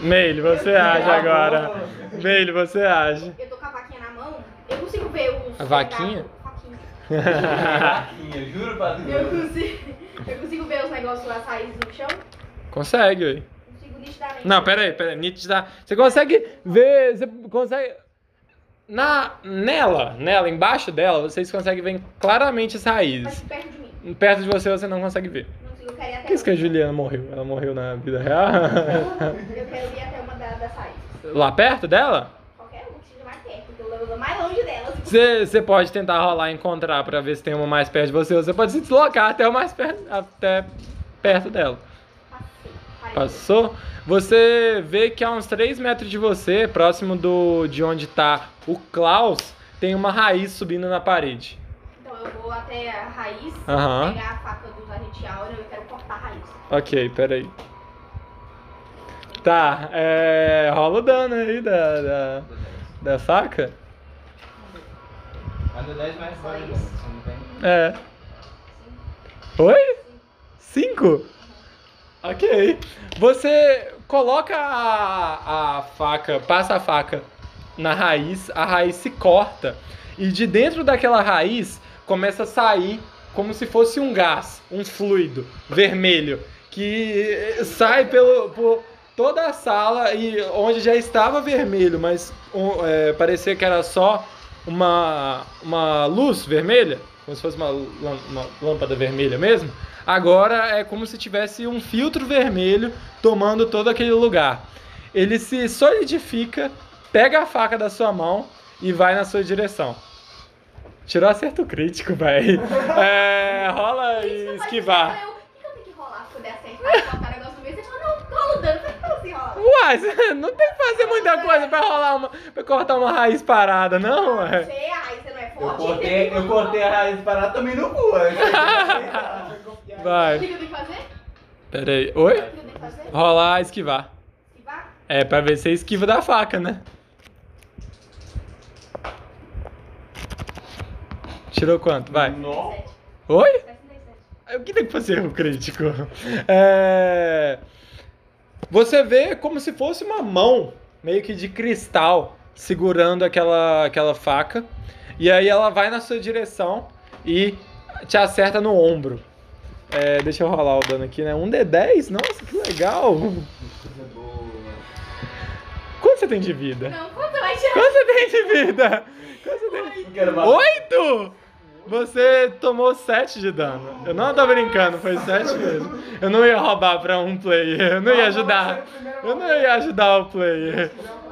Meile, você age agora. Meile, você age. Eu tô com a vaquinha na mão, eu consigo ver os. A vaquinha? os- Vaquinha. Vaquinha, juro pra Eu Deus. consigo, eu consigo ver os negócios lá saídos do chão? Consegue, ué. Consigo nitidamente. Não, peraí, peraí, nítida. Você consegue ver, você consegue na nela, nela embaixo dela, vocês conseguem ver claramente as Mas raízes. perto de mim. Perto de você você não consegue ver. Não consigo, eu quero ir até Por que isso que a Juliana morreu? Ela morreu na vida real? Eu quero ir até uma da- das saídas. Lá perto dela? Qualquer uma que seja mais perto, porque eu levo mais longe delas. Você você pode tentar rolar e encontrar pra ver se tem uma mais perto de você, ou você pode se deslocar até o mais perto, até perto dela. Passei. parei. Passou. Você vê que a uns 3 metros de você, próximo do de onde tá o Klaus, tem uma raiz subindo na parede. Então eu vou até a raiz, Aham. pegar a faca do agente áureo e eu quero cortar a raiz. Ok, peraí. Tá, é. Rola o dano aí da, da, da faca. Manda 10 mais Só dois, isso? se não tem. É. Oi? Cinco? Ok. Você coloca a, a faca, passa a faca na raiz, a raiz se corta e de dentro daquela raiz começa a sair como se fosse um gás, um fluido vermelho que eh, sai pelo, por toda a sala e onde já estava vermelho, mas um, eh, parecia que era só uma, uma luz vermelha, como se fosse uma, lâ- uma lâmpada vermelha mesmo, agora é como se tivesse um filtro vermelho tomando todo aquele lugar. Ele se solidifica, pega a faca da sua mão e vai na sua direção. Tirou acerto crítico, velho. É, rola Isso e não pode esquivar. ser, eu- O que que eu tenho que rolar pra poder acertar e cortar o negócio no meio? Você fala, não, rola o dano, como é que você rola? Uai, você não tem que fazer muita coisa pra rolar uma. pra cortar uma raiz parada, não, ué. Você, Ah, a raiz, você não é Eu forte? cortei, eu cortei a raiz parada também no cu. eu sei que O que Vai. que eu tenho que fazer? Pera aí. O Oi? que eu tenho que fazer? Rolar esquivar. Esquivar? É, pra ver se você esquiva da faca, né? Tirou quanto? eu sei. Vai. Nossa. 67. Oi? 67. O que tem que fazer erro crítico? É... Você vê como se fosse uma mão, meio que de cristal, segurando aquela, aquela faca. E aí ela vai na sua direção e te acerta no ombro. É, deixa eu rolar o dano aqui, né? Um D10? Nossa, que legal! É. Coisa boa. Quanto você tem de vida? Não, quanto vai tirar? Quanto você tem de vida? Quanto você tem? Não quero mais. Oito! Você tomou 7 de dano. Eu não tô brincando, foi 7 mesmo. Eu não ia roubar pra um player, eu não ia ajudar. Eu não ia ajudar o player.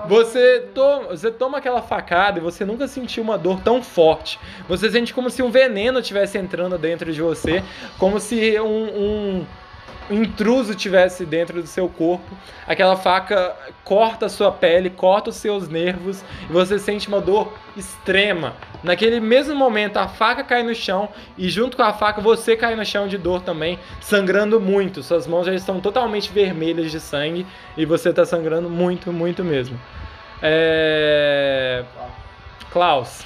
Você toma, você toma aquela facada e você nunca sentiu uma dor tão forte. Você sente como se um veneno estivesse entrando dentro de você, como se um, um intruso tivesse dentro do seu corpo. Aquela faca corta a sua pele, corta os seus nervos e você sente uma dor extrema. Naquele mesmo momento, a faca cai no chão e junto com a faca você cai no chão de dor também, sangrando muito. Suas mãos já estão totalmente vermelhas de sangue e você está sangrando muito, muito mesmo. É... Klaus.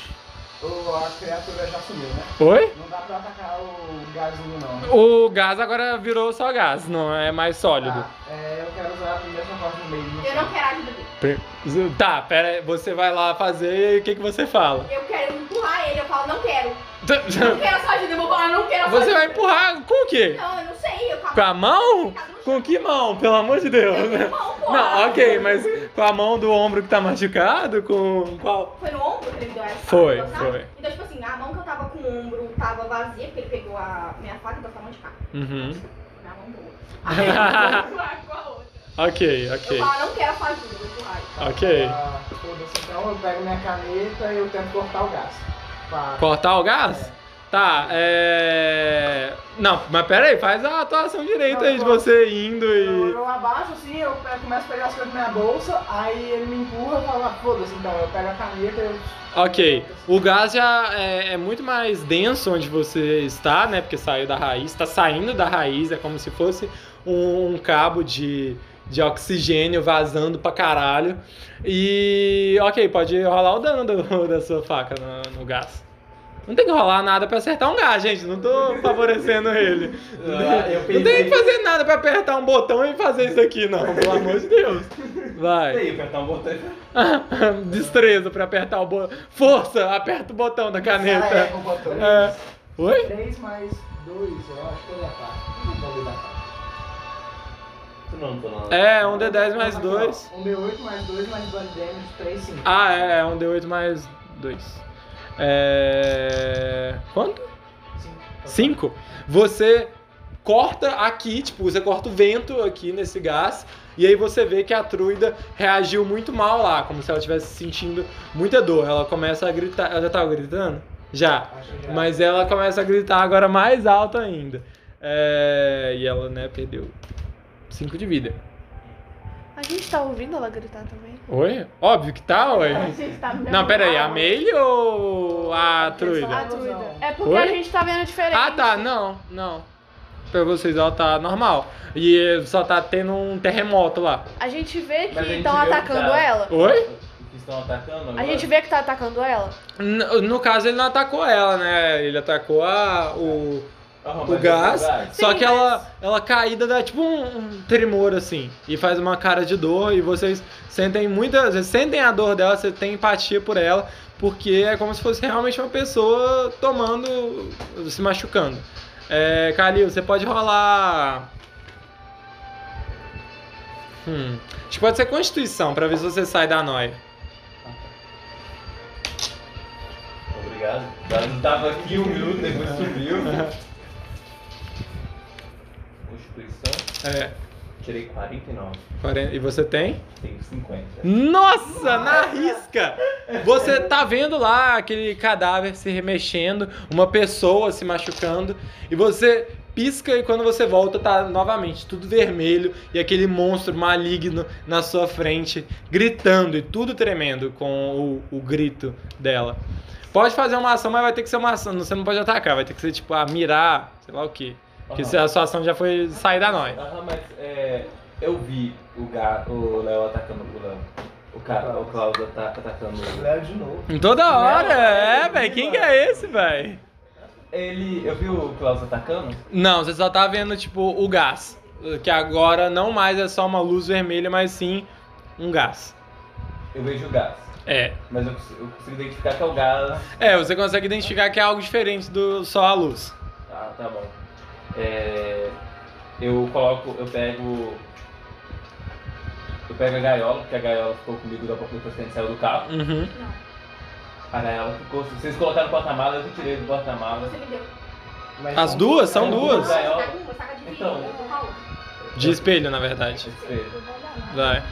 Ô, a criatura já sumiu, né? Oi? Não dá pra atacar o gazinho, não. né? O gás agora virou só gás, não é mais sólido. Tá, é, eu quero usar a mesma parte no meio. Eu não quero ajuda dele. Tá, pera aí, você vai lá fazer e o que, que você fala? Eu quero empurrar ele, eu falo, não quero. Não quero a sua ajuda, eu vou falar, não quero a sua Você ajuda. vai empurrar com o quê? Não, eu não sei, eu Com a mão? Com que mão? Pelo amor de Deus. Mão, porra. Não, ok, mas com a mão do ombro que tá machucado? Com qual? Foi no ombro que ele me deu essa Foi, faca, sabe? foi. Então, tipo assim, a mão que eu tava com o ombro tava vazia, porque ele pegou a minha faca e botou a mão de cá. Uhum. Minha mão boa. Com a outra. ok, Eu ok. falo, não quero a sua ajuda, eu vou empurrar ele. Ok. Ah, foda-se, então eu pego minha caneta e eu tento cortar o gás. Pá. Cortar o gás? Tá, é. Não, mas pera aí, faz a atuação direita aí de você indo Eu, e. eu abaixo assim, eu pego- começo a pegar as coisas na minha bolsa, aí ele me empurra e fala, foda-se, então eu pego a caneta e eu. Ok, o gás já é, é muito mais denso onde você está, né? Porque saiu da raiz, tá saindo da raiz, é como se fosse um, um cabo de, de oxigênio vazando pra caralho. E. Ok, pode rolar o dano do- da sua faca no, no gás. Não tem que rolar nada pra acertar um gás, gente. Não tô favorecendo ele. Ah, eu Não tem pensei- que fazer nada pra apertar um botão e fazer isso aqui, não. Pelo amor de Deus. E Vai. aí, apertar um botão e Destreza pra apertar o botão. Força, aperta o botão da Cara, é, caneta. o botão. É. Oi? 3 mais 2, eu acho que ele ataca. Não pode dar. Tu não, tu não. É, um D10 mais 2. O meu 8 um mais 2 mais 2 damage, 3, 5. Ah, é, é um D8 mais 2. É. Quanto? 5. Você corta aqui, tipo, você corta o vento aqui nesse gás. E aí você vê que a Truida reagiu muito mal lá, como se ela estivesse sentindo muita dor. Ela começa a gritar. Ela já tava gritando? Já. é Mas ela começa a gritar agora mais alto ainda. É, E ela, né, perdeu 5 de vida. A gente tá ouvindo ela gritar também? Oi? Óbvio que tá, oi. A gente tá vendo. Não, pera aí, a Meile ou a A Truida? druida. É porque Oi? a gente tá vendo diferente. Ah, tá, não, não. Pra vocês, ela tá normal. E eh, só tá tendo um terremoto lá. A gente vê Mas a que gente estão vê o que atacando tá. ela. Oi? Que estão atacando agora. A gente vê que tá atacando ela. No, no caso, ele não atacou ela, né? Ele atacou a, o, Arruma o mais gás. um gás. Só Sim, que ela, ela caída dá tipo um, um tremor assim. E faz uma cara de dor. E vocês sentem muitas. Vocês sentem a dor dela, você tem empatia por ela. Porque é como se fosse realmente uma pessoa tomando. se machucando. É, Calil, você pode rolar. Hum. Acho que pode ser Constituição, pra ver se você sai da noia. Obrigado. Ela não tava aqui um minuto, depois subiu. Constituição. É, Tirei 49. 40 e você tem? Tenho 50. Nossa, na risca! Você tá vendo lá aquele cadáver se remexendo, uma pessoa se machucando, e você pisca e quando você volta tá novamente tudo vermelho e aquele monstro maligno na sua frente, gritando e tudo tremendo com o, o grito dela. Pode fazer uma ação, mas vai ter que ser uma ação. Você não pode atacar, vai ter que ser tipo a mirar, sei lá o quê. Porque Aham. a sua ação já foi sair da noia. Aham, mas é, eu vi o, Ga- o Léo atacando o Léo. O, cara, o Klaus ata- atacando o Léo. Léo de novo. Toda hora, Não, é, não, velho. Quem não. que é esse, velho? Ele. Eu vi o Klaus atacando? Não, você só tá vendo, tipo, o gás. Que agora não mais é só uma luz vermelha, mas sim um gás. Eu vejo o gás. É. Mas eu consigo, eu consigo identificar que é o gás. É, você consegue identificar que é algo diferente do só a luz. Ah, tá bom. É, eu coloco, eu pego. Eu pego a gaiola, porque a gaiola ficou comigo da pouco depois que a gente saiu do carro. Uhum. A gaiola ficou. se Vocês colocaram no porta-mala, eu que tirei do porta-mala. Você me deu. Mas As duas? São É, duas? Você tá Gaiola. com uma saca de vidro, Então. eu vou com a outra. De espelho, na verdade. Espelho. Vai.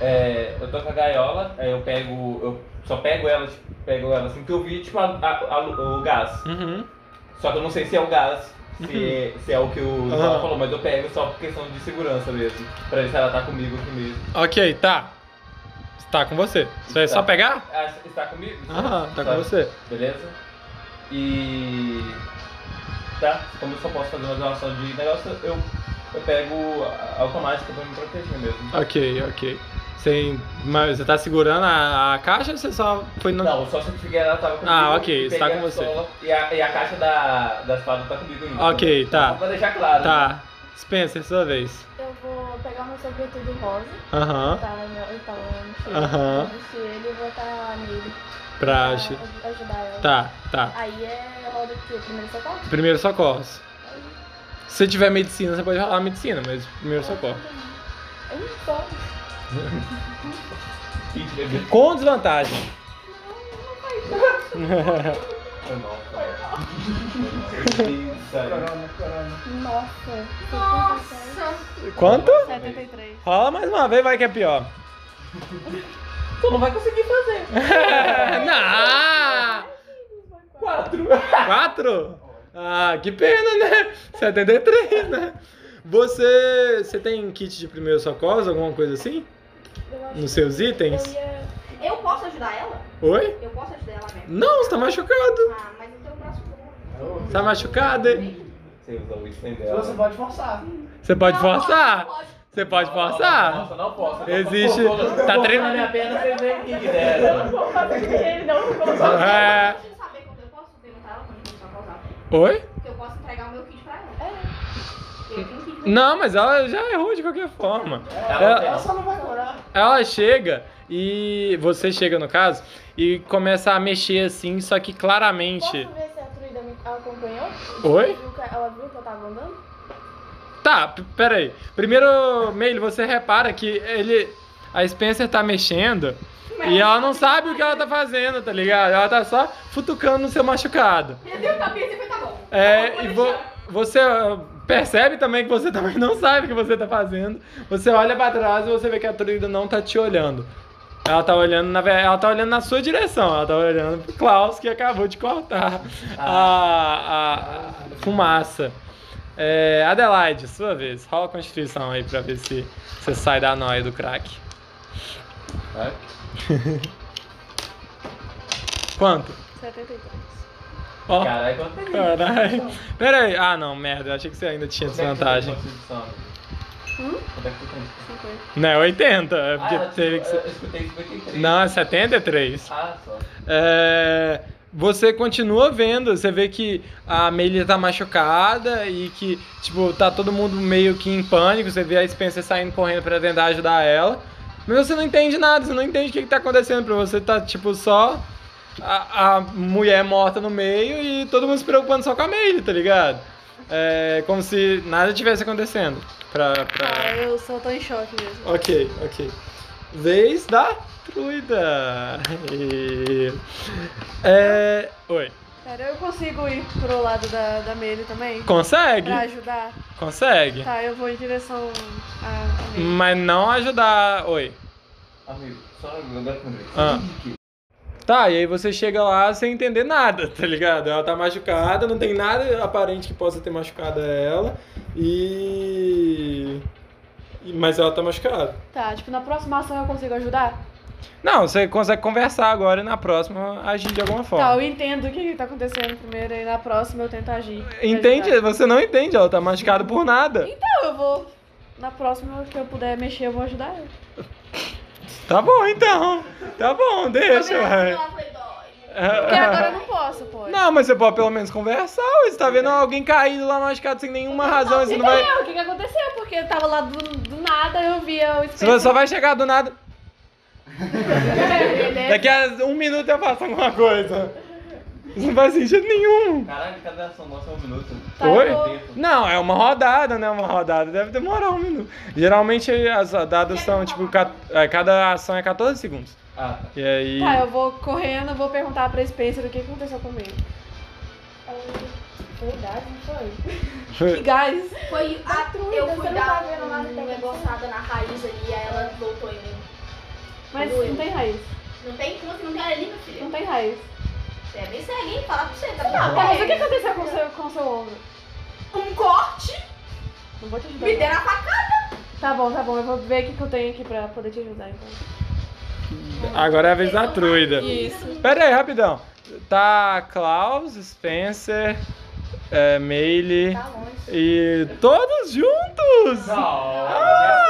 É, eu tô com a gaiola, aí eu pego. Eu só pego ela, tipo, pego ela assim que eu vi, tipo, a- a- a- o gás. Uhum. Só que eu não sei se é o gás, se, é- se é o que o Nicolau Aham. falou, mas eu pego só por questão de segurança mesmo. Pra ver se ela tá comigo aqui mesmo. Ok, tá. Tá com você. Você vai só Tá. pegar? Ah, está comigo? Ah, tá Tá. com você. Beleza? E. Tá, como eu só posso fazer uma doação de negócio, eu, eu pego a- a automática pra me proteger mesmo. Ok, ok. Você, mas você tá segurando a, a caixa ou você só foi no. Não, só se eu tiver ela tava comigo. Ah, ok, está peguei com a você. pistola E a, e a caixa da, da espada tá comigo ainda. Ok, Só tá. pra deixar claro. né? Tá. Spencer, sua vez. Eu vou pegar meu sobretudo rosa, tá, então, Aham. que tava no, ele tava no mochila. Aham. Vou vestir ele e botar nele pra Pra. aj- ajudar ela. Tá, tá. Aí é roda aqui, primeiro socorro. Primeiro socorros. Se tiver medicina, você pode rolar medicina, mas primeiro socorro. É um só. Gente, bebê. Com desvantagem. Foi mal, foi mal. Foi mal. Isso aí. Corona, corona. Nossa. Nossa! Quanto? 73. Rola mais uma vez, vai que é pior. Tu não vai conseguir fazer. Não! Quatro. Quatro? Ah, que pena, né? 73, né? Você. Você tem kit de primeiro socorros, alguma coisa assim? Eu acho Nos seus itens? que eu ia- Eu posso ajudar ela? Oi? Eu posso ajudar ela mesmo. Não, você tá machucado. Ah, mas então o próximo. Ô, Tá machucado? hein? Você usa o item dela. Você pode forçar. Você pode Não, pode, forçar? pode. Você pode Não, não, forçar? É. Nossa, não posso. Existe- tá treinando. minha perna, vocês veem o que que deram. Ele não É. Deixa eu saber quando eu posso perguntar ela. Oi? Porque eu posso entregar o meu kit pra ela. Eu tenho kit. É. Não, mas ela já errou de qualquer forma. Ela- É. Ela só não vai curar. Ela chega e. Você chega, no caso, e começa a mexer assim, só que claramente. Posso ver se a Truida me acompanhou? Oi? Viu que- Ela viu que eu tava andando? Tá, p- peraí. Primeiro, Meile, você repara que ele. A Spencer tá mexendo e ela não sabe o que ela tá fazendo, tá ligado? Ela tá só futucando no seu machucado. Eu dei um tapinha assim, foi tá bom. Tá bom, É, e vou vo- deixar. você ah, percebe também que você também não sabe o que você tá fazendo. Você olha pra trás e você vê que a Truida não tá te olhando. Ela tá olhando na, ve- ela tá olhando na sua direção, ela tá olhando pro Klaus que acabou de cortar a, a- a fumaça. É, Adelaide, sua vez. Rola a constituição aí pra ver se você sai da noia do crack. Tá? Quanto? 72. Ó, Caralho, quanto tem? caralho. Pera aí. Ah, não, merda. Eu achei que você ainda tinha Quanto é que tu tem desvantagem. Constituição? Quanto é que tu tem? 50. Não, é 80. É porque Ah, teve que ser... eu escutei 53. Não, é 73. Ah, só. É, você continua vendo, você vê que a Amelia tá machucada e que, tipo, tá todo mundo meio que em pânico. Você vê a Spencer saindo correndo pra tentar ajudar ela. Mas você não entende nada, você não entende o que, que tá acontecendo pra você. Tá, tipo, só a, a mulher morta no meio e todo mundo se preocupando só com a Amelia, tá ligado? É como se nada tivesse acontecendo. Pra, pra... Ah, eu só tô em choque mesmo. Ok, ok. Vez da truida. E- É... Oi. Cara, eu consigo ir pro lado da, da Meire também? Consegue? Pra ajudar? Consegue. Tá, eu vou em direção à à Meire. Mas não ajudar. Oi. Amigo, só agora comigo. Ah. Tá, e aí você chega lá sem entender nada, tá ligado? Ela tá machucada, não tem nada aparente que possa ter machucado ela. E. e- Mas ela tá machucada. Tá, tipo, na próxima ação eu consigo ajudar? Não, você consegue conversar agora e na próxima agir de alguma forma. Tá, eu entendo o que que tá acontecendo primeiro e na próxima eu tento agir. pra Entende? ajudar. Você não entende, ela tá machucada por nada. Então eu vou. Na próxima que eu puder mexer, eu vou ajudar ela. Tá bom, então. Tá bom, deixa, ué. Ela foi dói. Porque agora eu não posso, pô. Não, mas você pode pelo menos conversar. ué. Você tá vendo alguém caído lá machucado sem nenhuma razão. Você não vai. o que, que aconteceu? Porque eu tava lá do, do nada, eu via o Você espelho. só vai chegar do nada. Beleza. Daqui a um minuto eu faço alguma coisa. Isso não faz sentido nenhum. Caralho, cada ação nossa é um minuto. Tá, Oi? eu vou- Tempo. Não, é uma rodada, né? Uma rodada deve demorar um minuto. Geralmente as rodadas são tipo. ca- é, Cada ação é 14 segundos. Ah, tá. E aí. Tá, eu vou correndo, vou perguntar pra Spencer o que que aconteceu comigo. Ela foi idade, não foi? Que gás! Foi a Truida, Eu você fui não dar tá vendo lá, uma tem que- negociada na raiz ali, aí ela voltou em mim. Mas não tem raiz. Não tem como, não tem ali, meu Não filho. tem raiz. Você é bem cego, hein? Falar pra você, tá Tá, bom? mas o que aconteceu com o seu, com o seu ombro? Um corte, Não vou te ajudar. me não. deram a facada. Tá bom, tá bom. Eu vou ver o que, que eu tenho aqui pra poder te ajudar, então. Agora é a vez da truida. Isso. Pera aí, rapidão. Tá Klaus, Spencer, é, Meile Tá longe. e todos juntos! Não! Ah!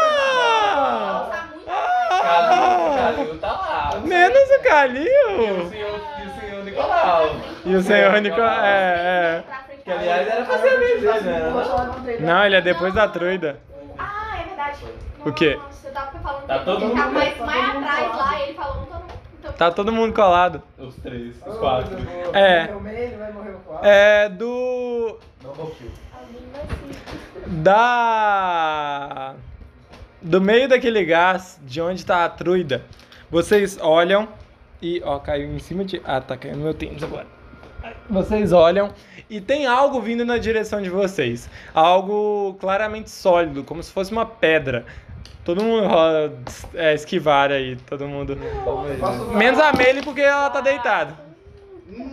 Tá muito Ah! Calil tá lá. Menos o E o Calil! senhor, e o senhor Tá Nicolau. E o senhor Nicolau. É, pra frente. Que aliás era pra ser amigo dele, né? Vou falar com o é. Truida. Não, ele é depois da truida. Ah, é verdade. O quê? Nossa, eu tava falando Tá que todo ele tava mundo- mais, tá mais todo mundo atrás falando. lá, ele falou, então não. Então, Tá todo mundo colado. Os três, os quatro. É. Morreu meio, ele vai morrer o quatro. É do. Não vou kill. Alguém vai assim. se... Da. Do meio daquele gás, de onde tá a truida, vocês olham e. Ó, caiu em cima de. Ah, tá caindo meu tênis agora. Ai, Vocês olham e tem algo vindo na direção de vocês. Algo claramente sólido, como se fosse uma pedra. Todo mundo rola é, esquivar aí, todo mundo. Posso usar Menos a Meile porque ela tá deitada.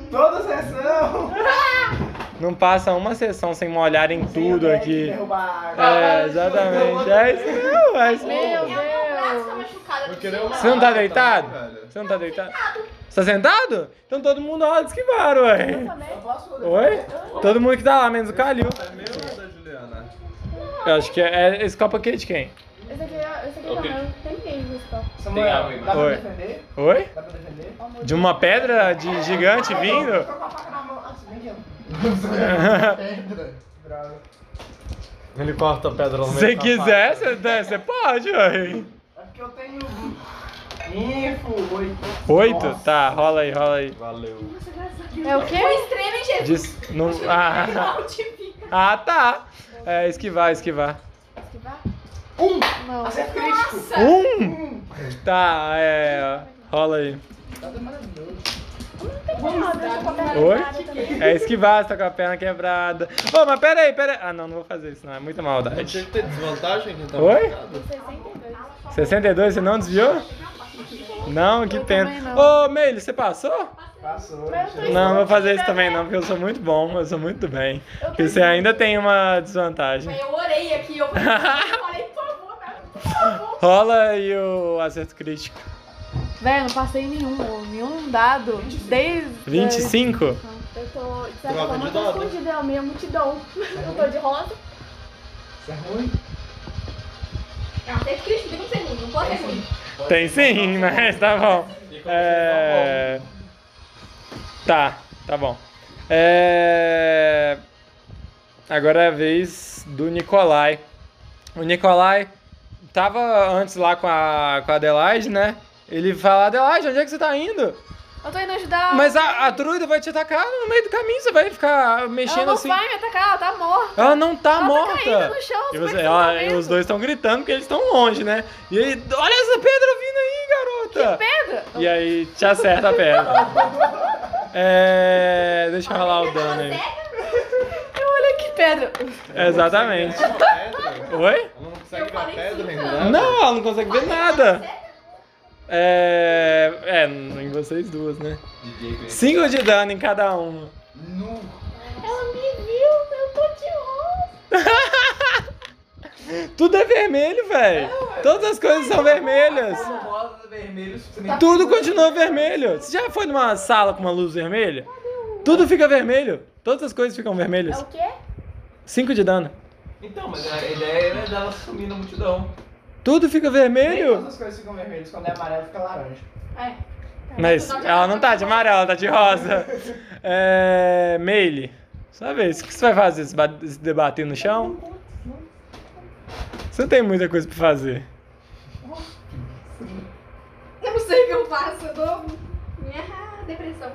Toda sessão. Não passa uma sessão sem molhar em tudo Sem a aqui. derrubar a água. É, exatamente. É isso mesmo, é isso mesmo. Meu é o meu braço tá Deus! machucado. eu Vou não querer um sei uma lá. Você não tá água deitado? também, velho. Você não tá deitado? Você tá sentado? Então todo mundo rola de esquivar, ué. Eu posso é? Oi? Todo mundo que tá lá, menos o Calil. É meu ou da Juliana? Eu acho que é, é- esse copo aqui é de quem? Esse aqui, é- esse aqui Ok. não, não tem ninguém nesse copo. Tem Samuel, água aí, dá pra Oi. defender? Oi? Dá pra defender? De uma pedra de gigante vindo? Tô com a faca na mão. Ah, se bem lenha. Pedra. Droga. Ele corta a pedra no Se meio você da quiser, você né, você pode, ué. É porque eu tenho. Info, oito. Oito? Nossa. Tá, rola aí, rola aí. faca. Valeu. É o O quê? extremo, hein, Jesus? Diz, não, ah, Multiplica. ah, tá. É, esquivar, esquivar. Esquivar? Um! Não. Acerto crítico! Nossa! Um? Um! Tá, é. Rola aí. Tá maravilhoso. Ah, deixa eu botar Oi? nada também. É esquivar, você tá com a perna quebrada. Ô, mas pera aí, pera aí. Ah, não, não vou fazer isso, não. É muita Não maldade. tinha que ter desvantagem quem tá Oi? marcado? 62. 62, você não desviou? Não, que Eu pena. também Ô, não. Meile, você passou? Passou. Mas eu tô Não, não vou fazer isso também não, porque eu sou muito bom, eu sou muito bem. Eu Porque você ainda tem uma desvantagem. Eu orei aqui, eu falei, por favor, cara, por favor. Rola aí o acerto crítico. Velho, não passei nenhum, nenhum dado. Desde. 25? Eu tô, de certa Troca forma, de eu tô dado. escondida, é a minha multidão. Eu tô de rosa. Isso é ruim? Não, acerto crítico, tem que ser ruim, não pode ser ruim. Tem sim, tá mas tá bom. É... Tá, tá bom. É... Agora é a vez do Nicolai. O Nicolai tava antes lá com a, com a Adelaide, né? Ele fala, Adelaide, onde é que você tá indo? Eu tô indo ajudar. Mas a, a druida vai te atacar no meio do caminho, você vai ficar mexendo ela não assim. vai me atacar, ela tá morta. Ela não tá Ela morta. tá caída no chão, E como é que você- você ela- tá vendo? os dois estão gritando porque eles estão longe, né? E ele, olha essa pedra vindo aí, garota! Pedro! tá. E aí te acerta a pedra. é. Deixa eu rolar o dano aí. Olha que Pedro! Exatamente. Ela não Oi? consegue Eu ver a falei pedra sim, ainda? Não, ela não consegue ver nada. É. É, em vocês duas, né? DJ Pedro. Cinco de dano em cada um. uma. Nu. Ela me viu, eu tô de rosa. Tudo é vermelho, velho. Todas as coisas são vermelhas. Não rosa, vermelho, você nem- Tudo continua vermelho. Você já foi numa sala com uma luz vermelha? Tudo fica vermelho. Todas as coisas ficam É vermelhas. o quê? Cinco de dano. Então, mas a ideia era dela sumir na multidão. Tudo fica é Nem vermelho. todas as coisas ficam vermelhas, quando é amarelo fica laranja. É. Mas ela não tá de amarelo, ela tá de rosa. É. Meile, sua vez. O que você vai fazer? Se ba- se debater no chão? Você não tem muita coisa pra fazer. Eu não sei o que eu faço, eu dou minha depressão.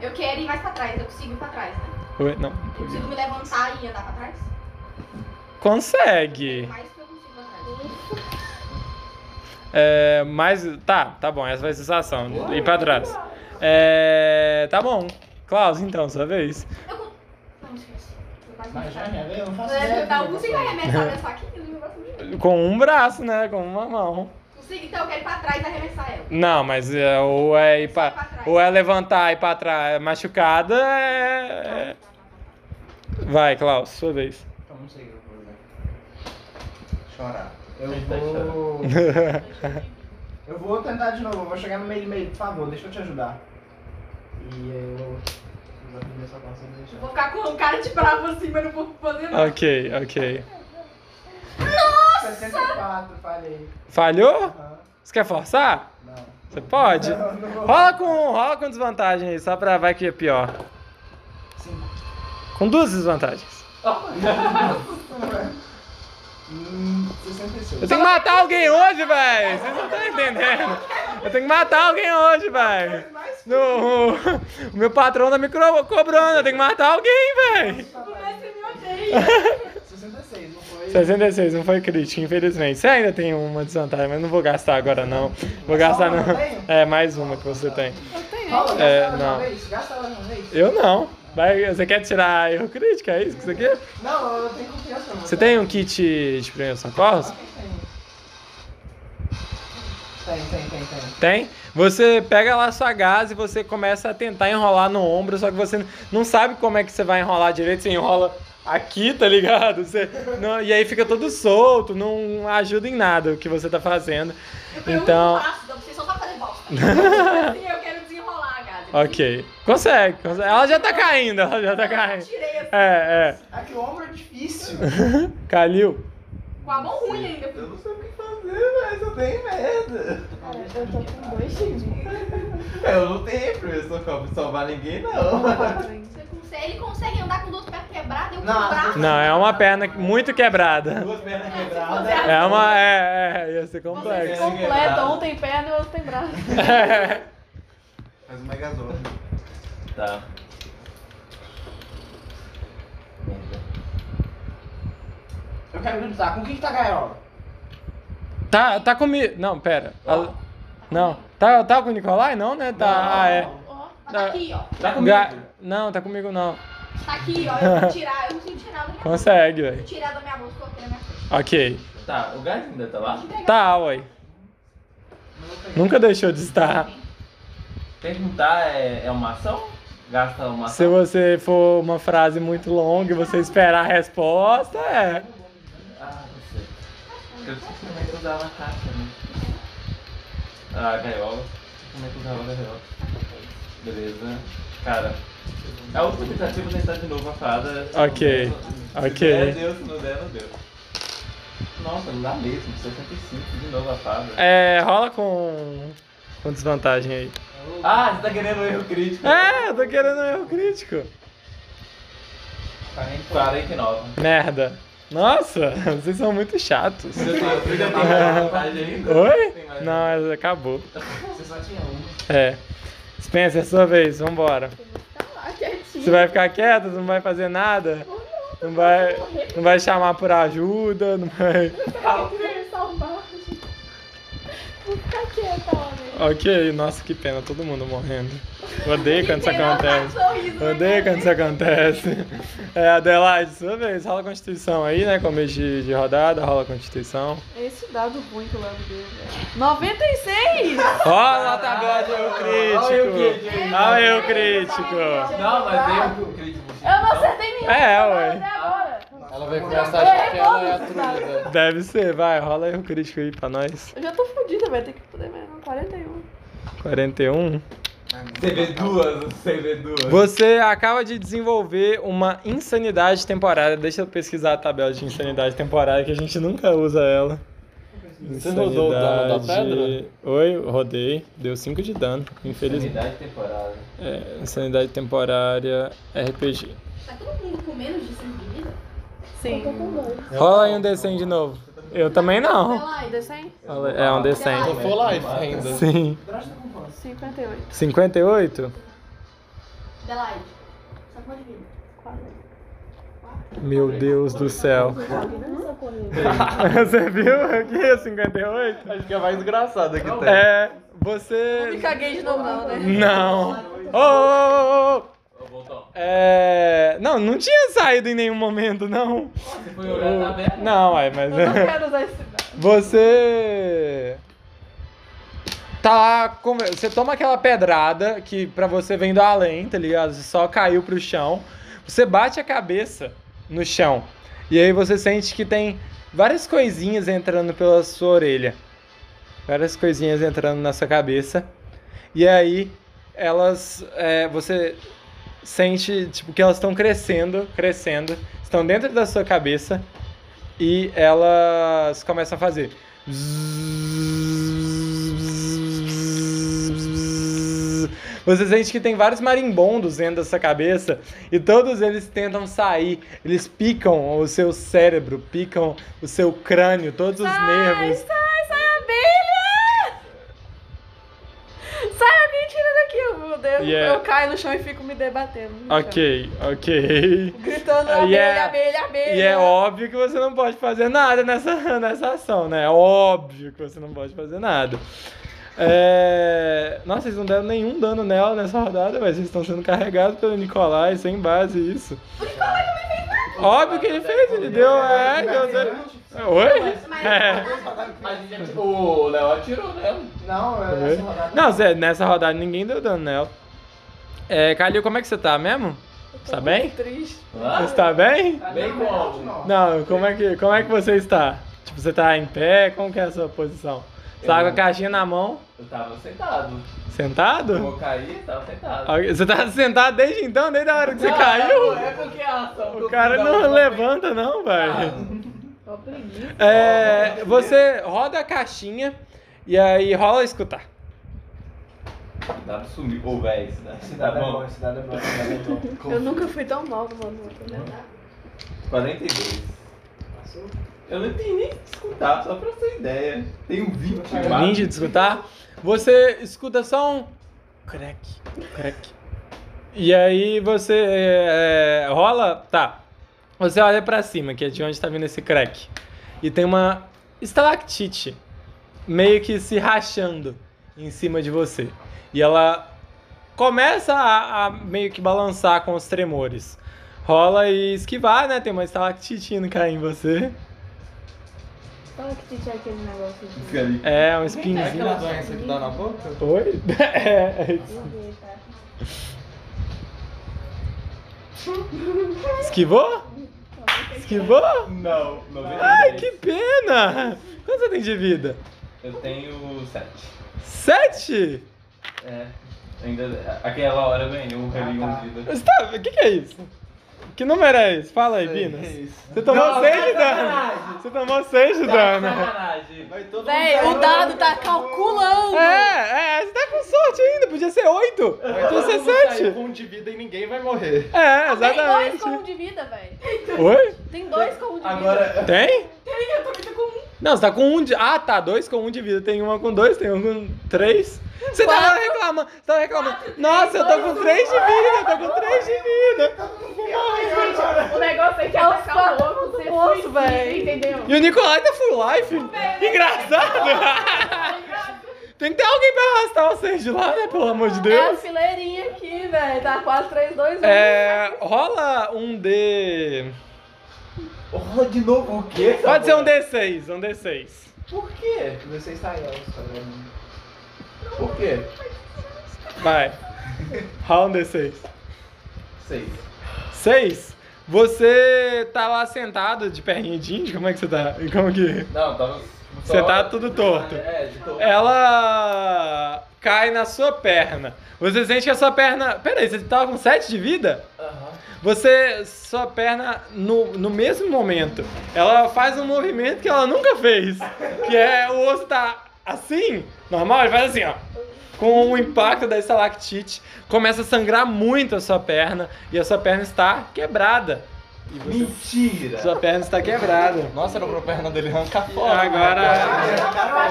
Eu quero ir mais pra trás, eu consigo ir pra trás, né? Oi, Não. Eu consigo me levantar e andar pra trás? Consegue. Mais que eu consigo pra trás. É, mas. Tá, tá bom, essa vai ser a sensação. Ir pra trás. É. Tá bom. Klaus, então, sua vez. Eu con- Não, esqueci. Não vai Mas já deixar. é, eu não faço É, ideia. Eu não consigo arremessar né? minha faquinha, não gosto de mim. Com um braço, né? Com uma mão. Consigo, então eu quero ir pra trás e arremessar ela. Não, mas é, ou é ir Pra pra. trás. Ou é levantar e ir pra trás machucada. É... é- Vai, Klaus, sua vez. Então não sei o que eu vou fazer. Chorar. Eu Ele tá vou. eu vou tentar de novo, eu vou chegar no meio do meio, por favor, deixa eu te ajudar. E aí eu. eu Vou aprender essa palavra sem Eu deixar. Vou ficar com um cara de bravo assim, mas não vou fazer Ah. nada. ok, ok. 64, falei. Falhou? Aham, Você quer forçar? não. Você pode? Não, não vou. Rola com, rola com desvantagem aí, só pra vai que é pior. Cinco. Com duas desvantagens. Hum, Eu 66. tenho que matar alguém hoje, velho! Vocês não estão entendendo! Eu tenho que matar alguém hoje, velho! No- O meu patrão tá me cro- cobrando, eu tenho que matar alguém, velho! Mas você me odeia. 66, não foi? 66, não foi crítico, infelizmente. Você ainda tem uma desvantagem, mas não vou gastar agora não. Vou gastar uma não. que eu tenho? É, mais uma que você tem. Eu tenho. Fala, gasta É, ela de uma não. vez, gasta ela de uma vez. Eu não. Vai, você quer tirar erro crítico? É isso que você quer? Não, eu tenho confiança. Você tem um kit de primeiros socorros? Tem, tem, tem, tem. Tem. Você pega lá sua gás e você começa a tentar enrolar no ombro, só que você não sabe como é que você vai enrolar direito, você enrola aqui, tá ligado? Você não- e aí fica todo solto, não ajuda em nada o que você tá fazendo. um Então, Eu faço, não, você só tá fazendo bosta. Assim, eu quero desenrolar, gata. ok. Consegue, consegue. Ela já tá caindo, ela já tá Eu caindo. tirei assim. É, é. Aqui o ombro é difícil. Calil, Com a mão ruim ainda. Eu não sei o que fazer, mas eu tenho medo. Cara, eu tô com dois de Eu não tenho professor como salvar ninguém, não. Você consegue, ele consegue andar com o outro pé quebrado, eu com o Não, braço. Não, é uma perna muito quebrada. Duas pernas Se quebradas. fosse É uma. É, é, ia ser Você complexo. se completa, um tem perna e o outro tem braço. Faz um megazord. Tá. Merda. Eu quero gritar, com quem que tá a gaiola? Tá, tá comigo. Não, pera. A- Não. Tá, tá com o Nicolai? Não, né? Tá. Ah, é. Ó, tá aqui, ó. Tá Ga- comigo. Não, tá comigo não. Tá aqui, ó. Eu vou tirar, eu não consigo tirar da minha bolsa. Consegue, velho. Tirar da minha bolsa, coloquei na minha frente. Ok. Tá, o gás ainda tá lá? Tá, ué. Nunca deixou de estar. Perguntar é, é uma ação? Gasta uma Se ação? você for uma frase muito longa e você esperar a resposta, é. Ah, não sei. Eu sei como é que eu dava a caixa, né? Ah, gaiola. Como é que eu dava a gaiola? Beleza. Cara, é a última tentativa de tentar de novo a fada. Ok, Se ok. der, deu, se não der, não deu. Nossa, não dá mesmo. 65, de novo a fada. É, rola com. com desvantagem aí. Ah, você tá querendo um erro crítico. É, eu tô querendo um erro crítico. 49. Merda. Nossa, vocês são muito chatos. Você tem você tem uma vantagem ainda? Oi? Tem mais Não, mas acabou. Você só tinha uma. É. Spencer, é sua vez, vambora. Você vai ficar quieto, não vai fazer nada? Não vai, não vai chamar por ajuda, não vai. um me salvar. Vou ficar quieta, homem. Ok, nossa, que pena, todo mundo morrendo. Eu Odeio quando isso Pena, acontece. tá sorriso, né? Eu Odeio quando isso acontece. É, Adelaide, sua vez, rola a Constituição aí, né? Começo de, de rodada, rola a Constituição. Esse dado ruim que eu lembro dele, velho. 96! Rola a tabela de eu crítico. Olha eu crítico. Não, mas tem um crítico. Tá. Eu não acertei É, nenhum até ué. agora. Ela veio com essa achando que ela é a truida. Deve ser, vai, rola erro crítico aí pra nós. Eu já tô fodida, velho. Tem que poder mesmo. 41. 41. Você vê duas, você vê duas. Você acaba de desenvolver uma insanidade temporária. Deixa eu pesquisar a tabela de insanidade temporária que a gente nunca usa ela. Você rodou o dano da Insanidade- Oi, rodei. Deu 5 de dano, infelizmente. Unidade temporária. É, insanidade temporária RPG. Tá todo mundo com menos de 100 de vida? Sim. É Rola aí um D100 de novo. Eu também não. Um D100? Rola- É um Tô D100. full life ainda. Sim. Droga, tá com quanto? 58. 58? Adelaide. Só pode vir. Meu Deus do céu. Você viu aqui? 58? Acho que é a mais engraçada que tem. É, Eu me você. caguei de novo, não, né? Não. Ô, ô, ô, ô, ô. Ô, Voltão, É. Não, não tinha saído em nenhum momento, não. você foi olhar tá a tabela? Não, ué, mas. é. Eu não quero usar esse dado. Você. Tá lá, come- você toma aquela pedrada que pra você vem do além, tá ligado? Você só caiu pro chão. Você bate a cabeça no chão. E aí você sente que tem várias coisinhas entrando pela sua orelha. Várias coisinhas entrando na sua cabeça. E aí elas. é, você sente tipo, que elas estão crescendo, crescendo. Estão dentro da sua cabeça e elas começam a fazer. Você sente que tem vários marimbondos dentro da sua cabeça e todos eles tentam sair. Eles picam o seu cérebro, picam o seu crânio, todos os Sai, nervos. sai, sai, abelha! Sai, alguém tira daqui, meu Deus. Yeah. Eu caio no chão e fico me debatendo. no chão. Ok, ok. Gritando, abelha, Yeah. abelha, abelha. E é óbvio que você não pode fazer nada nessa, nessa ação, né? É óbvio que você não pode fazer nada. É... Nossa, vocês não deram nenhum dano nela nessa rodada, mas vocês estão sendo carregados pelo Nicolai, sem base, isso. O Nicolai não me fez nada! Óbvio que ele fez, ele deu. É, deu zero. Oi? Mas É. A gente já tirou. O Léo atirou nela. Não, é assim, eu essa rodada. É, Não, Zé, nessa rodada ninguém deu dano nela. É, Calil, como é que você tá mesmo? Você tá bem? Triste. Você tá bem? Bem é como? Não, como é que, como é que você está? Tipo, você tá em pé? Como que é a sua posição? Você tá com a caixinha na mão, Eu tava sentado. Como sentado? eu caí, tava sentado. Ok, Você tá sentado desde então, desde a hora que você Não, caiu? É porque a ação. que O eu Ah. cara fiz, não ela foi levanta não, velho. sentada. Ô, uma preguiça. É, você roda a caixinha e aí rola escutar. Dá pra sumir. Ô, velho, isso dá. Isso dá Cidade é bom, bom. cidade é bom, cidade é bom. Eu nunca fui tão nova, mano. entendeu? 42. Eu não tenho nem que escutar, só pra ter ideia. um Tenho 20 Ninja de escutar. Você escuta só um crack, crack. E aí você é, rola, tá. Você olha pra cima, que é de onde tá vindo esse crack. E tem uma estalactite meio que se rachando em cima de você. E ela começa a, a meio que balançar com os tremores. Rola e esquivar, né? Tem uma estalactite indo cair em você. Fala que tinha aquele negócio de. Fica ali. É, um É aquela espinhozinho. doença que dá na boca? Oi? É, é isso. Ninguém, tá? Esquivou? Esquivou? Não, 93. Ai, que pena! Quanto você tem de vida? Eu tenho 7. Sete? É. Ainda. Aquela hora eu ganhei um relinho Ah, tá. de vida. Você tá... O que que é isso? Que número é esse? Fala aí, Binas. Você tomou seis de dano. Você tomou seis de dano. Sacanagem. Véi, o dado tá calculando. É, é, você tá com sorte ainda. Podia ser oito. Podia ser sete. com um de vida e ninguém vai morrer. É, Tem dois exatamente. com um de vida, véi. Oi? Tem dois com um de vida. Agora. Tem? Tem, eu tô com um. Não, você tá com um de. Ah, tá, dois com um de vida. Tem uma com dois, tem um com três. Você tava Quatro. reclamando, você tava reclamando. Nossa, eu tô com três de vida, eu tô com três de vida. O negócio é que É os atacar o quatro outro, pontos você bons, suicida, véi. entendeu? E o Nicolai tá full life. Engraçado. Tem que ter alguém pra arrastar vocês de lá, né? Pelo amor de É a Deus. fileirinha aqui, véi. Tá 4, 3, 2, 1. É. Rola um D. Rola de novo o quê? Pode ser um D6, um D6. Por quê? Você está aí, ó, só pra mim. Por quê? Vai. Rola um D6. 6. Seis. Você tá lá sentado de perninha de índio? Como é que você tá? E Como que. Não, tava. Você tá tudo torto. É, de torto. Ela cai na sua perna. Você sente que a sua perna. Pera aí, você tava com 7 de vida? Aham. Você. Sua perna, no, no mesmo momento, ela faz um movimento que ela nunca fez. Que é o osso tá assim, normal, ele faz assim, ó. Com o impacto da estalactite, começa a sangrar muito a sua perna. E a sua perna está quebrada. E você- Mentira! Sua perna está quebrada. Nossa, era pra perna dele arrancar fora. Agora.